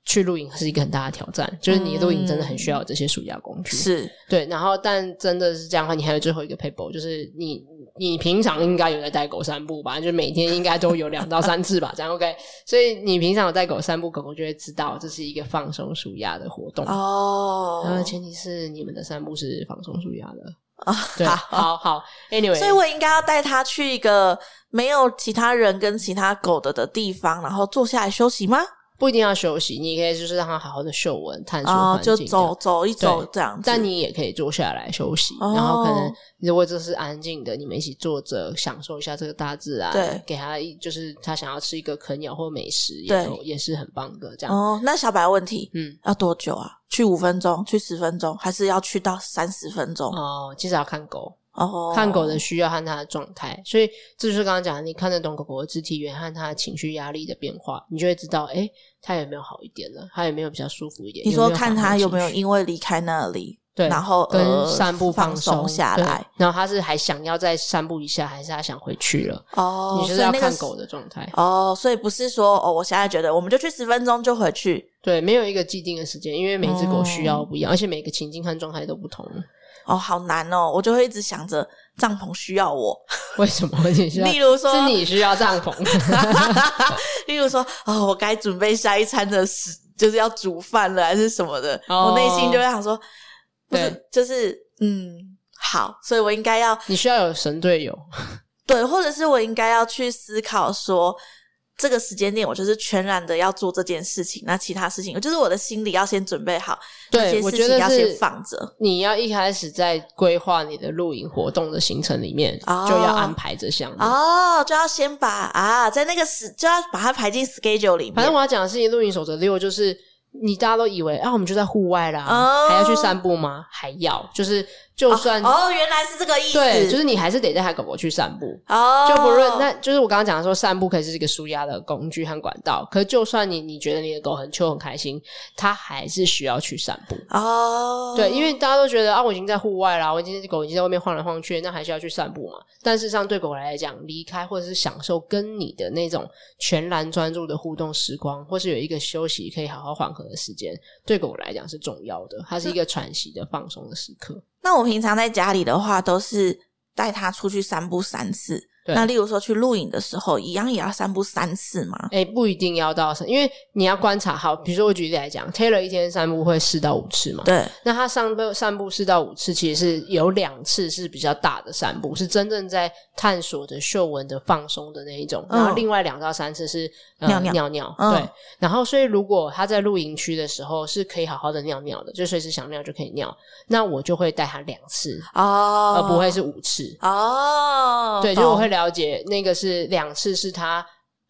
[SPEAKER 1] 去露营是一个很大的挑战，就是你露营真的很需要有这些舒压工具。
[SPEAKER 2] 是，
[SPEAKER 1] 对，然后但真的是这样的话，你还有最后一个 paper，就是你你平常应该有在带狗散步吧，就每天应该都有两到三次吧，这样 OK。所以你平常有带狗散步，狗狗就会知道这是一个放松舒压的活动。
[SPEAKER 2] 哦，
[SPEAKER 1] 然后前提是你们的散步是放松舒压的
[SPEAKER 2] 啊
[SPEAKER 1] 对，好好，anyway，
[SPEAKER 2] 所以我应该要带它去一个没有其他人跟其他狗的的地方，然后坐下来休息吗？
[SPEAKER 1] 不一定要休息，你可以就是让它好好的嗅闻、探索
[SPEAKER 2] 哦
[SPEAKER 1] 环，境
[SPEAKER 2] 就
[SPEAKER 1] 这样、
[SPEAKER 2] 走走一走
[SPEAKER 1] 对
[SPEAKER 2] 这样子。
[SPEAKER 1] 但你也可以坐下来休息，
[SPEAKER 2] 哦
[SPEAKER 1] 然后可能如果这是安静的，你们一起坐着享受一下这个大自然，
[SPEAKER 2] 对
[SPEAKER 1] 给他一就是他想要吃一个啃咬或美食，也
[SPEAKER 2] 对
[SPEAKER 1] 都也是很棒的这样。
[SPEAKER 2] 哦，那小白问题
[SPEAKER 1] 嗯，
[SPEAKER 2] 要多久啊？去五分钟，去十分钟，还是要去到三十分钟？
[SPEAKER 1] 哦，其实要看狗，
[SPEAKER 2] 哦，
[SPEAKER 1] 看狗的需要和它的状态，所以这就是刚刚讲的，你看得懂狗狗的肢体语言和它的情绪压力的变化，你就会知道，哎、它有没有好一点了，它有没有比较舒服一点。
[SPEAKER 2] 你
[SPEAKER 1] 有
[SPEAKER 2] 说
[SPEAKER 1] 没有
[SPEAKER 2] 看
[SPEAKER 1] 缓
[SPEAKER 2] 它
[SPEAKER 1] 和
[SPEAKER 2] 有没有
[SPEAKER 1] 情绪
[SPEAKER 2] 因为离开那里，
[SPEAKER 1] 对，
[SPEAKER 2] 然后
[SPEAKER 1] 跟
[SPEAKER 2] 呃
[SPEAKER 1] 散步
[SPEAKER 2] 放
[SPEAKER 1] 松
[SPEAKER 2] 下
[SPEAKER 1] 对
[SPEAKER 2] 来，
[SPEAKER 1] 然后它是还想要再散步一下，还是它想回去了？
[SPEAKER 2] 哦，
[SPEAKER 1] 你就是
[SPEAKER 2] 所以
[SPEAKER 1] 要
[SPEAKER 2] 那个
[SPEAKER 1] 看
[SPEAKER 2] 是
[SPEAKER 1] 狗的状态。
[SPEAKER 2] 哦，所以不是说哦，我现在觉得我们就去十分钟就回去
[SPEAKER 1] 对，没有一个既定的时间，因为每只狗需要
[SPEAKER 2] 哦
[SPEAKER 1] 不一样，而且每个情境和状态都不同。
[SPEAKER 2] 哦，好难哦，我就会一直想着帐篷需要我，
[SPEAKER 1] 为什么 *laughs* 你需要？
[SPEAKER 2] 例如说
[SPEAKER 1] 是你需要帐篷， *laughs*
[SPEAKER 2] *laughs* 例如说，哦，我该准备下一餐的食，就是要煮饭了还是什么的，
[SPEAKER 1] 哦
[SPEAKER 2] 我内心就会想说，不
[SPEAKER 1] 对
[SPEAKER 2] 是，就是嗯，好，所以我应该要
[SPEAKER 1] 你需要有神队友。
[SPEAKER 2] 对，或者是我应该要去思考说。这个时间点，我就是全然的要做这件事情，那其他事情，就是我的心里要先准备好，那
[SPEAKER 1] 对，
[SPEAKER 2] 些
[SPEAKER 1] 我
[SPEAKER 2] 事
[SPEAKER 1] 觉
[SPEAKER 2] 情
[SPEAKER 1] 得
[SPEAKER 2] 要
[SPEAKER 1] 是
[SPEAKER 2] 先放着。
[SPEAKER 1] 你要一开始在规划你的露营活动的行程里面，
[SPEAKER 2] 哦
[SPEAKER 1] 就要安排这项目。
[SPEAKER 2] 哦，就要先把啊，在那个时就要把它排进 schedule 里面。
[SPEAKER 1] 反正我要讲的是，露营守则六就是。你大家都以为啊，我们就在户外啦，
[SPEAKER 2] 哦
[SPEAKER 1] 还要去散步吗？还要，就是就算、
[SPEAKER 2] 哦，原来是这个意思，
[SPEAKER 1] 对，就是你还是得带狗狗去散步，
[SPEAKER 2] 哦，
[SPEAKER 1] 就不论那就是我刚刚讲的说，散步可以是一个舒压的工具和管道。可是就算你你觉得你的狗很秋很开心，它还是需要去散步。
[SPEAKER 2] 哦，
[SPEAKER 1] 对，因为大家都觉得啊，我已经在户外啦，我已经狗已经在外面晃来晃去，那还需要去散步嘛？但事实上，对狗来讲，离开或者是享受跟你的那种全然专注的互动时光，或是有一个休息可以好好缓和的时间，对狗来讲是重要的，它是一个喘息的放松的时刻。
[SPEAKER 2] 那我平常在家里的话，都是带它出去散步三次。
[SPEAKER 1] 对
[SPEAKER 2] 那例如说去露营的时候，一样也要散步三次吗？
[SPEAKER 1] 哎、不一定要到散，因为你要观察好。比如说，我举例来讲，Taylor 一天散步会四到五次嘛，
[SPEAKER 2] 对，
[SPEAKER 1] 那他上步散步四到五次，其实是有两次是比较大的散步，是真正在探索着嗅闻的放松的那一种。
[SPEAKER 2] 嗯
[SPEAKER 1] 然后另外两到三次是、呃、
[SPEAKER 2] 尿尿
[SPEAKER 1] 尿尿
[SPEAKER 2] 嗯
[SPEAKER 1] 对。然后所以如果他在露营区的时候是可以好好的尿尿的，就随时想尿就可以尿，那我就会带他两次，
[SPEAKER 2] 哦，
[SPEAKER 1] 而呃不会是五次。
[SPEAKER 2] 哦，
[SPEAKER 1] 对，就是我
[SPEAKER 2] 懂
[SPEAKER 1] 会了解那个是两次是他。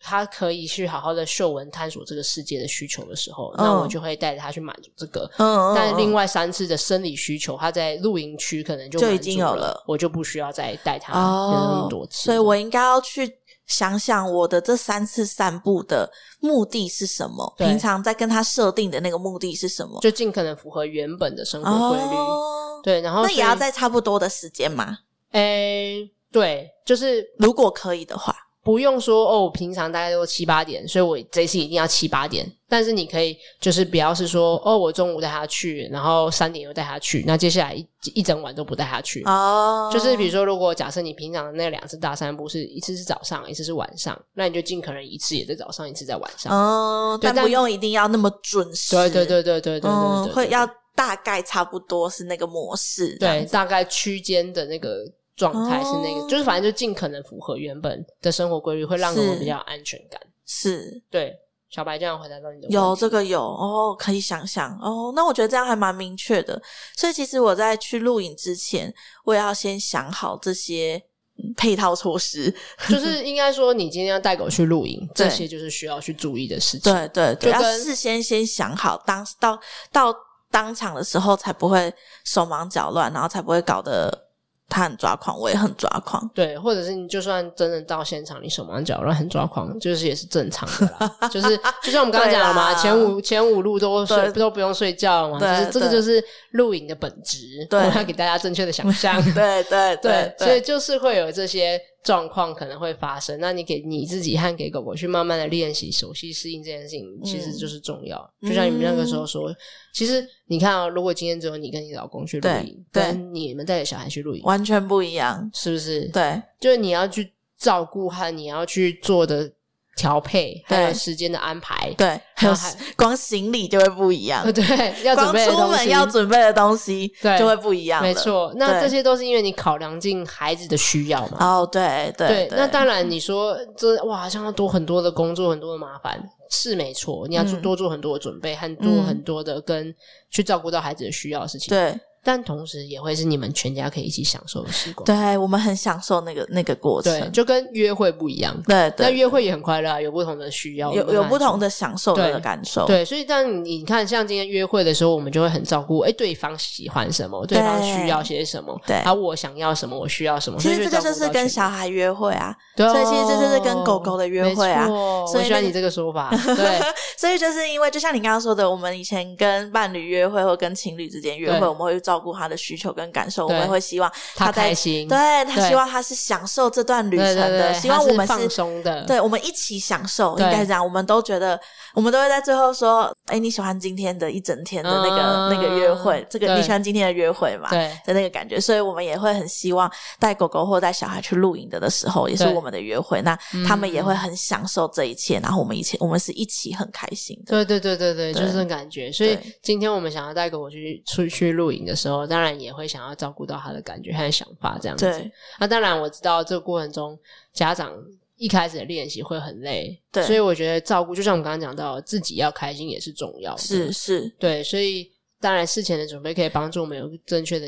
[SPEAKER 1] 他可以去好好的嗅闻、探索这个世界的需求的时候，那
[SPEAKER 2] 嗯
[SPEAKER 1] 我就会带着他去满足这个。
[SPEAKER 2] 嗯，嗯
[SPEAKER 1] 但
[SPEAKER 2] 嗯
[SPEAKER 1] 另外三次的生理需求，他在露营区可能就
[SPEAKER 2] 就已
[SPEAKER 1] 满足
[SPEAKER 2] 经有
[SPEAKER 1] 了
[SPEAKER 2] 了，
[SPEAKER 1] 我就不需要再带他有那
[SPEAKER 2] 哦
[SPEAKER 1] 么多，次。
[SPEAKER 2] 所以我应该要去想想我的这三次散步的目的是什么，
[SPEAKER 1] 对
[SPEAKER 2] 平常在跟他设定的那个目的是什么，
[SPEAKER 1] 就尽可能符合原本的生活规律。
[SPEAKER 2] 哦，
[SPEAKER 1] 对，然后
[SPEAKER 2] 那
[SPEAKER 1] 所以
[SPEAKER 2] 也要在差不多的时间嘛，
[SPEAKER 1] 诶、对，就是
[SPEAKER 2] 如果可以的话，
[SPEAKER 1] 不用说哦，我平常大概都七八点，所以我这次一定要七八点。但是你可以就是不要是说哦，我中午带他去，然后三点又带他去，那接下来一一整晚都不带他去。
[SPEAKER 2] 哦，
[SPEAKER 1] 就是比如说，如果假设你平常那两次大散步是一次是早上，一次是晚上，那你就尽可能一次也在早上，一次在晚上。
[SPEAKER 2] 哦，
[SPEAKER 1] 对
[SPEAKER 2] 但不
[SPEAKER 1] 但
[SPEAKER 2] 用一定要那么准时。
[SPEAKER 1] 对对对对对对对对
[SPEAKER 2] 嗯，
[SPEAKER 1] 对，
[SPEAKER 2] 会要大概差不多是那个模式。这样
[SPEAKER 1] 对，大概区间的那个状态是那
[SPEAKER 2] 哦
[SPEAKER 1] 个，就是反正就尽可能符合原本的生活规律，会让
[SPEAKER 2] 是
[SPEAKER 1] 我比较有安全感。
[SPEAKER 2] 是
[SPEAKER 1] 对，小白这样回答到你的问题
[SPEAKER 2] 有这个有哦，可以想想哦。那我觉得这样还蛮明确的。所以其实我在去录影之前，我也要先想好这些嗯配套措施。
[SPEAKER 1] 就是应该说你今天要带狗去露营，
[SPEAKER 2] *laughs* 对
[SPEAKER 1] 这些就是需要去注意的事情。
[SPEAKER 2] 对对对，
[SPEAKER 1] 就
[SPEAKER 2] 要
[SPEAKER 1] 跟
[SPEAKER 2] 事先先想好，当到到当场的时候才不会手忙脚乱，然后才不会搞得他很抓狂，我也很抓狂。 *laughs*
[SPEAKER 1] 对，或者是你就算真的到现场，你手忙脚乱、很抓狂，就是也是正常的啦。就是就像我们刚刚讲的嘛，
[SPEAKER 2] 对啦
[SPEAKER 1] 前五前五路都睡
[SPEAKER 2] 对
[SPEAKER 1] 都不用睡觉嘛，
[SPEAKER 2] 对
[SPEAKER 1] 就是这个
[SPEAKER 2] 对
[SPEAKER 1] 就是露营的本质。
[SPEAKER 2] 对
[SPEAKER 1] 我要给大家正确的想象。
[SPEAKER 2] 对对
[SPEAKER 1] 对，
[SPEAKER 2] 对，
[SPEAKER 1] 所以就是会有这些状况可能会发生。那你给你自己和给狗狗去慢慢的练习、熟悉、适应这件事情，其实就是重要。
[SPEAKER 2] 嗯
[SPEAKER 1] 就像你们那个时候说，其实你看哦，如果今天只有你跟你老公去露营，
[SPEAKER 2] 对对
[SPEAKER 1] 跟你们带着小孩去露营，
[SPEAKER 2] 完全不一样。
[SPEAKER 1] 是不是？，
[SPEAKER 2] 对，
[SPEAKER 1] 就是你要去照顾和你要去做的调配，
[SPEAKER 2] 对
[SPEAKER 1] 还有时间的安排，
[SPEAKER 2] 对，还有
[SPEAKER 1] 还
[SPEAKER 2] 光行李就会不一样
[SPEAKER 1] 呃，， *laughs* 对，要准
[SPEAKER 2] 光
[SPEAKER 1] 备的
[SPEAKER 2] 出
[SPEAKER 1] 东
[SPEAKER 2] 门
[SPEAKER 1] 西
[SPEAKER 2] 要准备的东西
[SPEAKER 1] 对
[SPEAKER 2] 就会不一样了
[SPEAKER 1] 没。错，那
[SPEAKER 2] 对
[SPEAKER 1] 这些都是因为你考量进孩子的需要嘛。
[SPEAKER 2] 哦，对对
[SPEAKER 1] 对，那当然你说这哇，好像要多很多的工作，很多的麻烦是没错，你要做
[SPEAKER 2] 嗯
[SPEAKER 1] 多做很多的准备，和多
[SPEAKER 2] 嗯
[SPEAKER 1] 很多的跟去照顾到孩子的需要的事情。
[SPEAKER 2] 对
[SPEAKER 1] 但同时也会是你们全家可以一起享受的时光。
[SPEAKER 2] 对我们很享受那个那个过程，
[SPEAKER 1] 对，就跟约会不一样。
[SPEAKER 2] 对
[SPEAKER 1] 那
[SPEAKER 2] 对，
[SPEAKER 1] 约会也很快乐啊，有不同的需要，
[SPEAKER 2] 有有不同的享受
[SPEAKER 1] 对
[SPEAKER 2] 的感受，
[SPEAKER 1] 对，所以但你看，像今天约会的时候，我们就会很照顾，哎，对方喜欢什么，对方需要些什么，
[SPEAKER 2] 对
[SPEAKER 1] 啊，我想要什么，我需要什么。
[SPEAKER 2] 其
[SPEAKER 1] 所
[SPEAKER 2] 实
[SPEAKER 1] 以
[SPEAKER 2] 这个
[SPEAKER 1] 照
[SPEAKER 2] 就
[SPEAKER 1] 顾
[SPEAKER 2] 是
[SPEAKER 1] 到
[SPEAKER 2] 跟
[SPEAKER 1] 全
[SPEAKER 2] 小孩约会啊，
[SPEAKER 1] 对哦，
[SPEAKER 2] 所以其实这就是跟狗狗的约会啊
[SPEAKER 1] 没错
[SPEAKER 2] 所以
[SPEAKER 1] 我喜欢
[SPEAKER 2] 那个
[SPEAKER 1] 你这个说法，
[SPEAKER 2] *laughs*
[SPEAKER 1] 对，
[SPEAKER 2] 所以就是因为，就像你刚刚说的，我们以前跟伴侣约会或跟情侣之间约会，
[SPEAKER 1] 对
[SPEAKER 2] 我们会照顾他的需求跟感受，我
[SPEAKER 1] 对
[SPEAKER 2] 们会希望
[SPEAKER 1] 他
[SPEAKER 2] 在
[SPEAKER 1] 开心，
[SPEAKER 2] 对他
[SPEAKER 1] 对
[SPEAKER 2] 希望他是享受这段旅
[SPEAKER 1] 对
[SPEAKER 2] 程
[SPEAKER 1] 对对
[SPEAKER 2] 的，
[SPEAKER 1] 对
[SPEAKER 2] 希望
[SPEAKER 1] 他
[SPEAKER 2] 我们
[SPEAKER 1] 放松的，
[SPEAKER 2] 对，我们一起享受，应
[SPEAKER 1] 对
[SPEAKER 2] 该是这样。我们都觉得，我们都会在最后说：“哎，你喜欢今天的一整天的那个、那个约会
[SPEAKER 1] 嗯，
[SPEAKER 2] 这个
[SPEAKER 1] 对
[SPEAKER 2] 你喜欢今天的约会嘛？”
[SPEAKER 1] 对
[SPEAKER 2] 的那个感觉，所以我们也会很希望带狗狗或带小孩去露营的的时候，也是
[SPEAKER 1] 对嗯
[SPEAKER 2] 我们的约会。那他们也会很享受这一切，然后我们一起，我们是一起很开心的。
[SPEAKER 1] 对对对对对，
[SPEAKER 2] 对
[SPEAKER 1] 就是这种感觉。所以
[SPEAKER 2] 对
[SPEAKER 1] 今天我们想要带狗狗去出去露营的时候，当然也会想要照顾到它的感觉和想法这样子。
[SPEAKER 2] 对
[SPEAKER 1] 那当然，我知道这个过程中家长一开始的练习会很累，
[SPEAKER 2] 对
[SPEAKER 1] 所以我觉得照顾，就像我们刚刚讲到，自己要开心也是重要的，
[SPEAKER 2] 是是，
[SPEAKER 1] 对，所以当然事前的准备可以帮助我们有正确的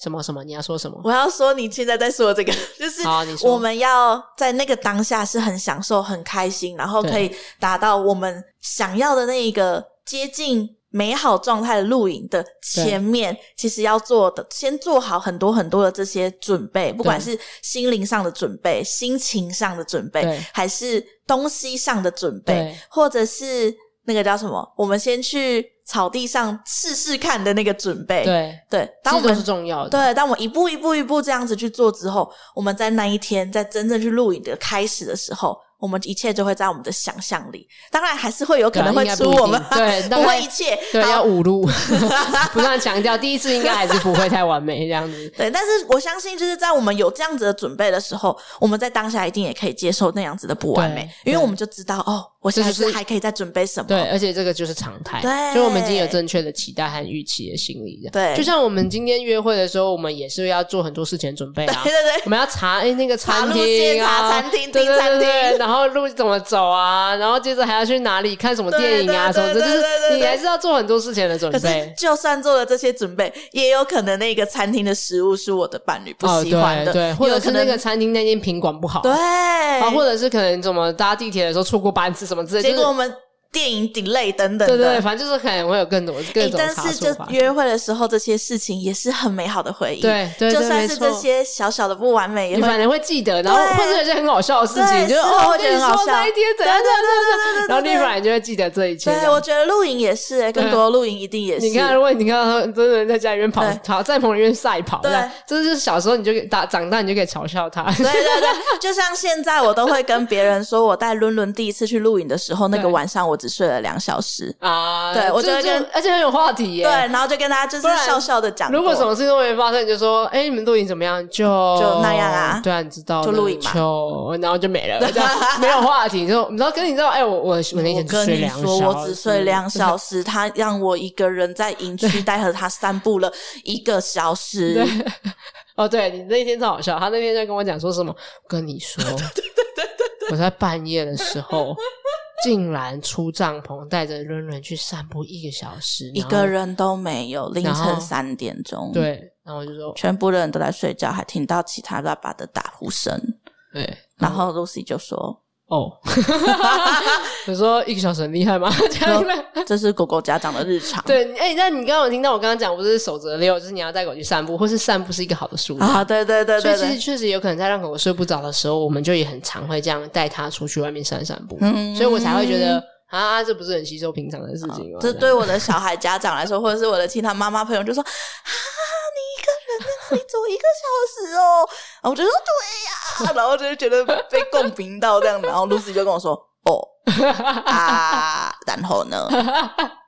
[SPEAKER 1] 什么什么，你要说什么？
[SPEAKER 2] 我要说你现在在
[SPEAKER 1] *laughs*
[SPEAKER 2] 说这个，就是
[SPEAKER 1] 好，你说
[SPEAKER 2] 我们要在那个当下是很享受、很开心，然后可以达到我们想要的那一个接近美好状态的录影的前面，其实要做的先做好很多很多的这些准备，不管是心灵上的准备、心情上的准备
[SPEAKER 1] 对，
[SPEAKER 2] 还是东西上的准备
[SPEAKER 1] 对，
[SPEAKER 2] 或者是那个叫什么，我们先去草地上试试看的那个准备。
[SPEAKER 1] 对，
[SPEAKER 2] 对，当
[SPEAKER 1] 这
[SPEAKER 2] 我
[SPEAKER 1] 都
[SPEAKER 2] 们
[SPEAKER 1] 是重要的，
[SPEAKER 2] 对，当我一步一步一步这样子去做之后，我们在那一天在真正去录影的开始的时候，我们一切就会在我们的想象里。当然还是会有可
[SPEAKER 1] 对啊
[SPEAKER 2] 能会
[SPEAKER 1] 应该
[SPEAKER 2] 出
[SPEAKER 1] 不一
[SPEAKER 2] 我们
[SPEAKER 1] 定，
[SPEAKER 2] *laughs*
[SPEAKER 1] 对，
[SPEAKER 2] 不
[SPEAKER 1] 大概
[SPEAKER 2] 会一切。
[SPEAKER 1] 对
[SPEAKER 2] 好
[SPEAKER 1] 要五
[SPEAKER 2] *laughs*
[SPEAKER 1] 路，不断强调，第一次应该还是不会太完美这样子。
[SPEAKER 2] 对，但是我相信，就是在我们有这样子的准备的时候，我们在当下一定也可以接受那样子的不完美，
[SPEAKER 1] 对
[SPEAKER 2] 因
[SPEAKER 1] 对
[SPEAKER 2] 为我们就知道哦，我
[SPEAKER 1] 这
[SPEAKER 2] 下
[SPEAKER 1] 就是
[SPEAKER 2] 次还可以再准备什么。
[SPEAKER 1] 对，而且这个就是常态，
[SPEAKER 2] 对
[SPEAKER 1] 就我们已经有正确的期待和预期的心理了。
[SPEAKER 2] 对
[SPEAKER 1] 就像我们今天约会的时候，我们也是要做很多事前准备啊
[SPEAKER 2] *laughs* 对。对对
[SPEAKER 1] 我们要查哎、那个餐
[SPEAKER 2] 查路线
[SPEAKER 1] 厅啊，
[SPEAKER 2] 查餐厅
[SPEAKER 1] 对对
[SPEAKER 2] 订餐
[SPEAKER 1] 对对，
[SPEAKER 2] 厅
[SPEAKER 1] 然后路怎么走啊，然后接着还要去哪里看什么电影啊，什
[SPEAKER 2] 对
[SPEAKER 1] 么
[SPEAKER 2] 对
[SPEAKER 1] 的，就
[SPEAKER 2] 对对对
[SPEAKER 1] 是
[SPEAKER 2] 对
[SPEAKER 1] 你还是要做很多事前的准
[SPEAKER 2] 可是
[SPEAKER 1] 备，。
[SPEAKER 2] 就算做了这些准备，也有可能那个餐厅的食物是我的伴侣不
[SPEAKER 1] 哦，
[SPEAKER 2] 喜欢的，
[SPEAKER 1] 对对，或者
[SPEAKER 2] 有可
[SPEAKER 1] 是那
[SPEAKER 2] 能
[SPEAKER 1] 个餐厅那间品管不好，
[SPEAKER 2] 对，
[SPEAKER 1] 啊，或者是可能怎么搭地铁的时候错过班次什么之类，
[SPEAKER 2] 结
[SPEAKER 1] 就是
[SPEAKER 2] 果我们电影 delay 等等的。
[SPEAKER 1] 对对对，反正就是可能会有更多各
[SPEAKER 2] 诶
[SPEAKER 1] 种
[SPEAKER 2] 但
[SPEAKER 1] 差
[SPEAKER 2] 是
[SPEAKER 1] 错
[SPEAKER 2] 就
[SPEAKER 1] 吧。
[SPEAKER 2] 约会的时候，这些事情也是很美好的回忆。
[SPEAKER 1] 对对对
[SPEAKER 2] 就算是
[SPEAKER 1] 没错
[SPEAKER 2] 这些小小的不完美，也
[SPEAKER 1] 你
[SPEAKER 2] 会
[SPEAKER 1] 反而会记得，然后
[SPEAKER 2] 对
[SPEAKER 1] 或者有一些很好笑的事情，
[SPEAKER 2] 对
[SPEAKER 1] 就是
[SPEAKER 2] 事后
[SPEAKER 1] 哦，我
[SPEAKER 2] 会
[SPEAKER 1] 跟
[SPEAKER 2] 觉得
[SPEAKER 1] 你
[SPEAKER 2] 很好
[SPEAKER 1] 说
[SPEAKER 2] 笑
[SPEAKER 1] 那一天怎样怎样怎样，然后
[SPEAKER 2] 对
[SPEAKER 1] 你反而就会记得这一切。这
[SPEAKER 2] 对，
[SPEAKER 1] 样
[SPEAKER 2] 我觉得露营也是、诶跟
[SPEAKER 1] 对啊
[SPEAKER 2] 狗狗露营一定也是。
[SPEAKER 1] 你看，如果你看到真的在家里面跑
[SPEAKER 2] 对
[SPEAKER 1] 跑在棚里面赛跑，
[SPEAKER 2] 对
[SPEAKER 1] 这样这就是小时候你就可以打长大你就可以嘲笑他。
[SPEAKER 2] 对对对， *laughs* 就像现在我都会跟别人说，我带伦伦第一次去露营的时候，那个
[SPEAKER 1] *laughs* 对
[SPEAKER 2] 晚上我只睡了两小时。
[SPEAKER 1] *laughs* 啊，
[SPEAKER 2] 对我
[SPEAKER 1] 这
[SPEAKER 2] 觉得
[SPEAKER 1] 这
[SPEAKER 2] 跟
[SPEAKER 1] 而且很有话题耶
[SPEAKER 2] 对，。然后就跟大家就是
[SPEAKER 1] 不然
[SPEAKER 2] 笑笑的讲过。
[SPEAKER 1] 如果什么事都没发生，你就说：“哎，你们露营怎么样？”就
[SPEAKER 2] 就那样啊
[SPEAKER 1] 对啊，你知道的
[SPEAKER 2] 就露营嘛
[SPEAKER 1] 就然后就没了，这
[SPEAKER 2] *laughs*
[SPEAKER 1] 样没有话题。你说，你知道，跟你知道，哎，我我我那
[SPEAKER 2] 我
[SPEAKER 1] 天只
[SPEAKER 2] 跟
[SPEAKER 1] 睡
[SPEAKER 2] 你
[SPEAKER 1] 两
[SPEAKER 2] 说，
[SPEAKER 1] 小
[SPEAKER 2] 我只
[SPEAKER 1] 时
[SPEAKER 2] 睡两小时，他让我一个人在营区待和他散步了一个小时。
[SPEAKER 1] 哦，对你那一天超好笑，他那天在跟我讲说什么？我跟你说，我在半夜的时候，竟然出帐篷，带着伦伦去散步一个小时，
[SPEAKER 2] 一
[SPEAKER 1] 然后
[SPEAKER 2] 个。人都没有，凌
[SPEAKER 1] 然
[SPEAKER 2] 晨
[SPEAKER 1] 后
[SPEAKER 2] 三点钟，，
[SPEAKER 1] 对，然后我就说，
[SPEAKER 2] 全部的人都在睡觉，还听到其他爸爸的打呼声。
[SPEAKER 1] 嗯对，
[SPEAKER 2] 然后 Lucy 就说
[SPEAKER 1] 哦， *laughs* 我说一个小时很厉害吗？ *laughs* 这样呢？：“
[SPEAKER 2] 这是狗狗家长的日常。
[SPEAKER 1] 啊对，哎、那你刚刚有听到我刚刚讲，不是守则六，就是你要带狗去散步，或是散步是一个好的舒”压。
[SPEAKER 2] 啊，对对对
[SPEAKER 1] 所
[SPEAKER 2] 对
[SPEAKER 1] 以其实
[SPEAKER 2] 对，
[SPEAKER 1] 确实有可能在让狗狗睡不着的时候，我们就也很常会这样带它出去外面散散步。
[SPEAKER 2] 嗯
[SPEAKER 1] 所以我才会觉得啊，这不是很稀松平常的事情吗？
[SPEAKER 2] 哦这
[SPEAKER 1] 样
[SPEAKER 2] 对我的小孩家长来说，或者是我的其他妈妈朋友，就说：“啊，你一个人在那里走一个小时哦。”然后我就说：“对呀、然后就是觉得被共鸣到这样，然后 Lucy 就跟我说：“
[SPEAKER 1] *laughs*
[SPEAKER 2] 哦啊，然后呢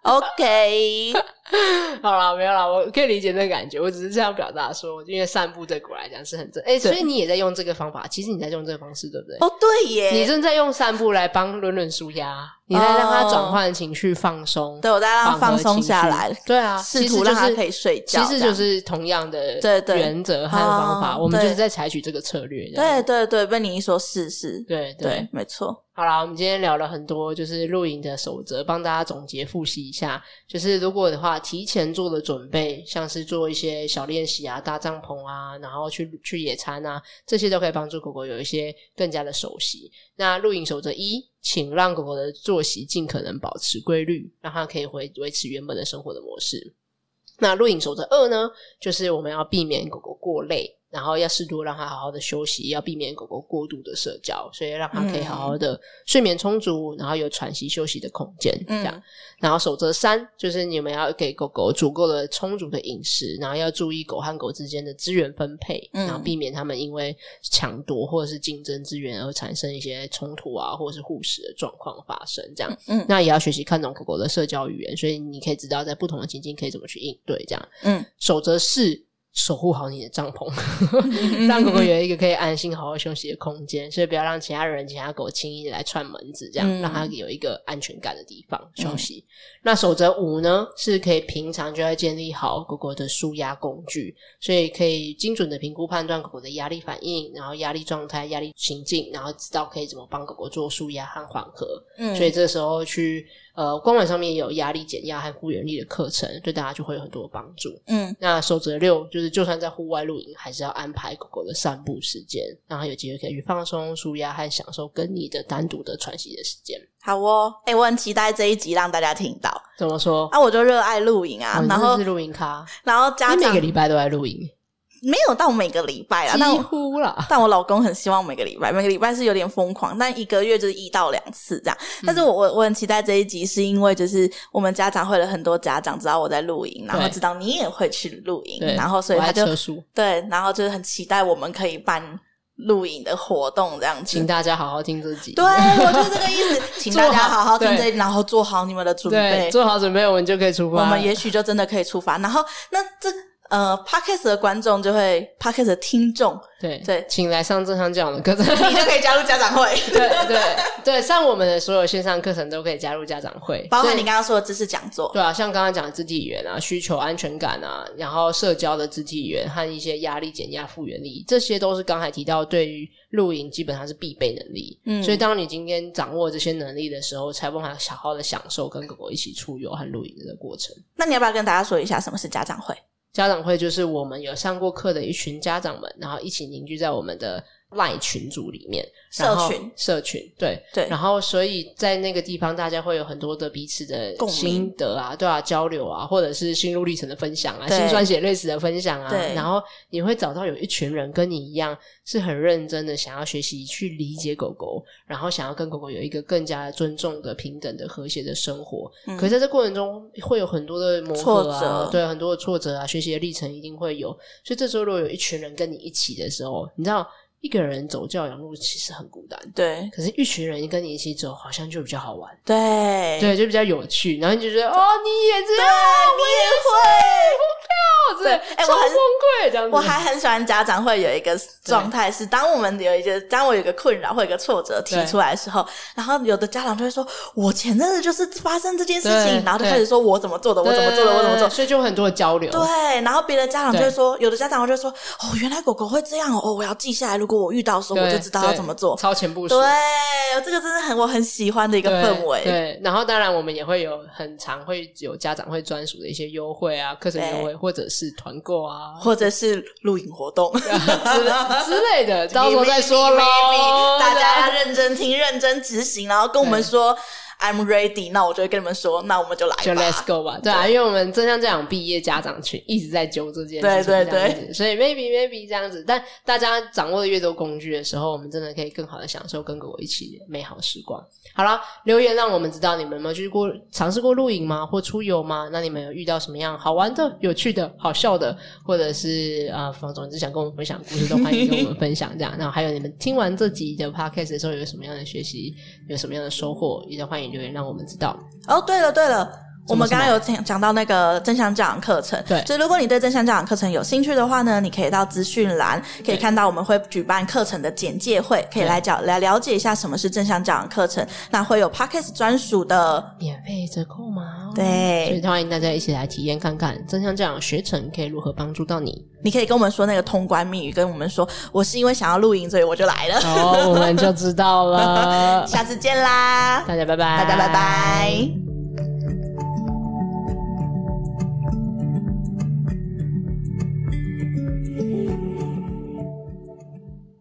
[SPEAKER 2] ？OK，
[SPEAKER 1] *laughs* 好啦，没有啦，我可以理解那个感觉，我只是这样表达说，因为散步对狗来讲是很正。哎、所以你也在用这个方法，其实你在用这个方式，对不对？
[SPEAKER 2] 哦对耶，
[SPEAKER 1] 你正在用散步来帮伦伦舒压，你在让他转换情绪、放松，
[SPEAKER 2] 哦对我在让他
[SPEAKER 1] 缓和
[SPEAKER 2] 放松
[SPEAKER 1] 情绪
[SPEAKER 2] 下来，
[SPEAKER 1] 对啊，
[SPEAKER 2] 试
[SPEAKER 1] 其实
[SPEAKER 2] 图让
[SPEAKER 1] 就
[SPEAKER 2] 他
[SPEAKER 1] 是
[SPEAKER 2] 可以睡
[SPEAKER 1] 其
[SPEAKER 2] 觉，
[SPEAKER 1] 实
[SPEAKER 2] 这
[SPEAKER 1] 就
[SPEAKER 2] 样
[SPEAKER 1] 是同样的
[SPEAKER 2] 对对
[SPEAKER 1] 原则和方法，
[SPEAKER 2] 哦
[SPEAKER 1] 我们就是
[SPEAKER 2] 对
[SPEAKER 1] 在采取这个策略这样。
[SPEAKER 2] 对对对，被你一说是是，
[SPEAKER 1] 对对
[SPEAKER 2] 对，没错，
[SPEAKER 1] 好啦，我们今天聊了了很多就是露营的守则，帮大家总结复习一下。就是如果的话，提前做的准备，像是做一些小练习啊、搭帐篷啊，然后去去野餐啊，这些都可以帮助狗狗有一些更加的熟悉。那露营守则一，请让狗狗的作息尽可能保持规律，让它可以回维持原本的生活的模式。那露营守则二呢，就是我们要避免狗狗过累，然后要适度让它好好的休息，要避免狗狗过度的社交，所以让它可以好好的睡眠充足，然后有喘息休息的空间，这样。
[SPEAKER 2] 嗯
[SPEAKER 1] 然后守则三就是你们要给狗狗足够的充足的饮食，然后要注意狗和狗之间的资源分配，
[SPEAKER 2] 嗯
[SPEAKER 1] 然后避免它们因为抢夺或者是竞争资源而产生一些冲突啊，或者是互食的状况发生。这样，
[SPEAKER 2] 嗯
[SPEAKER 1] 那也要学习看懂狗狗的社交语言，所以你可以知道在不同的情境可以怎么去应对。这样，
[SPEAKER 2] 嗯，
[SPEAKER 1] 守则是守护好你的帐 *laughs*
[SPEAKER 2] 嗯
[SPEAKER 1] 篷，让狗狗有一个可以安心好好休息的空间，所以不要让其他人、其他狗轻易的来串门子，这样、
[SPEAKER 2] 嗯
[SPEAKER 1] 让它有一个安全感的地方休息。那守则五呢，是可以平常就要建立好狗狗的舒压工具，所以可以精准的评估判断狗狗的压力反应，然后压力状态、压力情境，然后知道可以怎么帮狗狗做舒压和缓和。
[SPEAKER 2] 嗯
[SPEAKER 1] 所以这时候去呃官网上面也有压力减压和复原力的课程，对大家就会有很多帮助。
[SPEAKER 2] 嗯
[SPEAKER 1] 那守则六就是，就算在户外露营，还是要安排狗狗的散步时间，让它有机会可以去放松、舒压和享受跟你的单独的喘息的时间。
[SPEAKER 2] 好哦，哎、我很期待这一集让大家听到。
[SPEAKER 1] 怎么说？
[SPEAKER 2] 啊，我就热爱露营啊
[SPEAKER 1] 我，
[SPEAKER 2] 然后
[SPEAKER 1] 是露营咖，
[SPEAKER 2] 然后家
[SPEAKER 1] 你每
[SPEAKER 2] 长
[SPEAKER 1] 个礼拜都在露营，
[SPEAKER 2] 没有到每个礼拜啦，
[SPEAKER 1] 几
[SPEAKER 2] 但啊我
[SPEAKER 1] 乎啦。
[SPEAKER 2] 但我老公很希望每个礼拜，每个礼拜是有点疯狂，但一个月就是一到两次这样。
[SPEAKER 1] 嗯
[SPEAKER 2] 但是我我我很期待这一集，是因为就是我们家长会了很多家长知道我在露营，然后
[SPEAKER 1] 对
[SPEAKER 2] 知道你也会去露营
[SPEAKER 1] 对，，
[SPEAKER 2] 然后所以
[SPEAKER 1] 我爱
[SPEAKER 2] 他就
[SPEAKER 1] 车速，
[SPEAKER 2] 对，然后就是很期待我们可以办露营的活动这样
[SPEAKER 1] 请
[SPEAKER 2] 子。
[SPEAKER 1] 大家好好听自己。
[SPEAKER 2] 对，啊我就是这个意思，
[SPEAKER 1] *laughs*
[SPEAKER 2] 请大家
[SPEAKER 1] 做好
[SPEAKER 2] 好好听
[SPEAKER 1] 对
[SPEAKER 2] 这一集，然后做好你们的准备
[SPEAKER 1] 对，。做好准备，我们就可以出发
[SPEAKER 2] 我
[SPEAKER 1] 了。
[SPEAKER 2] 们也许就真的可以出发。然后那这呃 p o d c a s 的观众就会 p o d c a s 的听众，
[SPEAKER 1] 对
[SPEAKER 2] 对
[SPEAKER 1] 请来上正常讲的课程。 *laughs*
[SPEAKER 2] 你就可以加入家长会，
[SPEAKER 1] 对对对，上我们的所有线上课程都可以加入家长会，
[SPEAKER 2] 包
[SPEAKER 1] 所以
[SPEAKER 2] 含你刚刚说的知识讲座。
[SPEAKER 1] 对啊，像刚刚讲的肢体语言啊、需求安全感啊，然后社交的肢体语言和一些压力减压复原力，这些都是刚才提到对于露营基本上是必备能力。
[SPEAKER 2] 嗯
[SPEAKER 1] 所以当你今天掌握这些能力的时候，才有办法好好的享受跟狗狗一起出游和露营的过程。
[SPEAKER 2] 那你要不要跟大家说一下什么是家长会？
[SPEAKER 1] 家长会就是我们有上过课的一群家长们，然后一起凝聚在我们的赖群组里面，然后
[SPEAKER 2] 社群
[SPEAKER 1] 社群对
[SPEAKER 2] 对
[SPEAKER 1] 然后所以在那个地方，大家会有很多的彼此的
[SPEAKER 2] 共鸣
[SPEAKER 1] 心得啊，对啊，交流啊，或者是心路历程的分享啊，
[SPEAKER 2] 对
[SPEAKER 1] 心酸血泪史的分享啊，
[SPEAKER 2] 对
[SPEAKER 1] 然后你会找到有一群人跟你一样是很认真的，想要学习去理解狗狗，然后想要跟狗狗有一个更加尊重的、平等的、和谐的生活。
[SPEAKER 2] 嗯
[SPEAKER 1] 可是在这过程中会有很多的磨合啊，
[SPEAKER 2] 挫折
[SPEAKER 1] 对很多的挫折啊，学习的历程一定会有。所以这时候如果有一群人跟你一起的时候，你知道一个人走教养路其实很孤单，
[SPEAKER 2] 对
[SPEAKER 1] 可是一群人跟你一起走，好像就比较好玩，
[SPEAKER 2] 对
[SPEAKER 1] 对，就比较有趣。然后你就觉得哦，你也这样，我
[SPEAKER 2] 对，
[SPEAKER 1] 真的
[SPEAKER 2] 对哎
[SPEAKER 1] 超
[SPEAKER 2] 我还
[SPEAKER 1] 崩
[SPEAKER 2] 是
[SPEAKER 1] 溃这样
[SPEAKER 2] 你
[SPEAKER 1] 子。
[SPEAKER 2] 也会。*laughs* 我还很喜欢家长会有一个状态是，当我们有一个当我有一个困扰或有一个挫折提
[SPEAKER 1] 对
[SPEAKER 2] 出来的时候，然后有的家长就会说：“我前阵子就是发生这件事
[SPEAKER 1] 对
[SPEAKER 2] 情。”然后就
[SPEAKER 1] 对
[SPEAKER 2] 开始说：“我怎么做的？我怎么做的？我怎么做
[SPEAKER 1] 对？”所以就有很多的交流，
[SPEAKER 2] 对，啊然后别的家长就
[SPEAKER 1] 对
[SPEAKER 2] 会说，有的家长就会说，哦，原来狗狗会这样哦，哦我要记下来，如果我遇到的时候，
[SPEAKER 1] 对
[SPEAKER 2] 我就知道要怎么做
[SPEAKER 1] 对。超前部署
[SPEAKER 2] 对。，这个真的很我很喜欢的一个
[SPEAKER 1] 对
[SPEAKER 2] 氛围。
[SPEAKER 1] 对，然后当然我们也会有很常会有家长会专属的一些优惠啊，课程优惠或者是团购啊
[SPEAKER 2] 或者是露营活动，
[SPEAKER 1] 之之类的，到时候再说喽
[SPEAKER 2] Maybe，maybe，。大家要
[SPEAKER 1] 对
[SPEAKER 2] 认真听，认真执行，然后跟我们
[SPEAKER 1] 对
[SPEAKER 2] 说 I'm ready，那我就会跟你们说，那我们就来
[SPEAKER 1] 就 Let's
[SPEAKER 2] 吧。
[SPEAKER 1] go 吧，对啊，因为我们正像这样毕业家长群一直在揪这件事情，
[SPEAKER 2] 对对
[SPEAKER 1] 这样子，所以 maybe maybe 这样子，但大家掌握的越多工具的时候，我们真的可以更好的享受跟狗狗一起美好时光。好了，留言让我们知道你们有没有去过尝试过露营吗，或出游吗？那你们有遇到什么样好玩的、有趣的、好笑的，或者是啊，呃总之想跟我们分享的故事，都欢迎跟我们分享。这样，然后还有你们听完这集的 podcast 的时候，有什么样的学习，有什么样的收获，也都欢迎留言让我们知道。
[SPEAKER 2] 哦，对了对了。我们
[SPEAKER 1] 什么
[SPEAKER 2] 刚刚有讲讲到那个正向教养课程，
[SPEAKER 1] 对
[SPEAKER 2] 所以如果你对正向教养课程有兴趣的话呢，你可以到资讯栏可以看到我们会举办课程的简介会，可以来讲来了解一下什么是正向教养课程，那会有 Podcast 专属的
[SPEAKER 1] 免费折扣码哦。所以
[SPEAKER 2] 对，
[SPEAKER 1] 欢迎大家一起来体验看看真相教养学程可以如何帮助到你。
[SPEAKER 2] 你可以跟我们说那个通关密语，跟我们说我是因为想要露营，所以我就来了。，
[SPEAKER 1] 哦好，我们就知道了
[SPEAKER 2] 下次见啦，
[SPEAKER 1] *laughs* 大家拜拜，
[SPEAKER 2] 大家拜拜。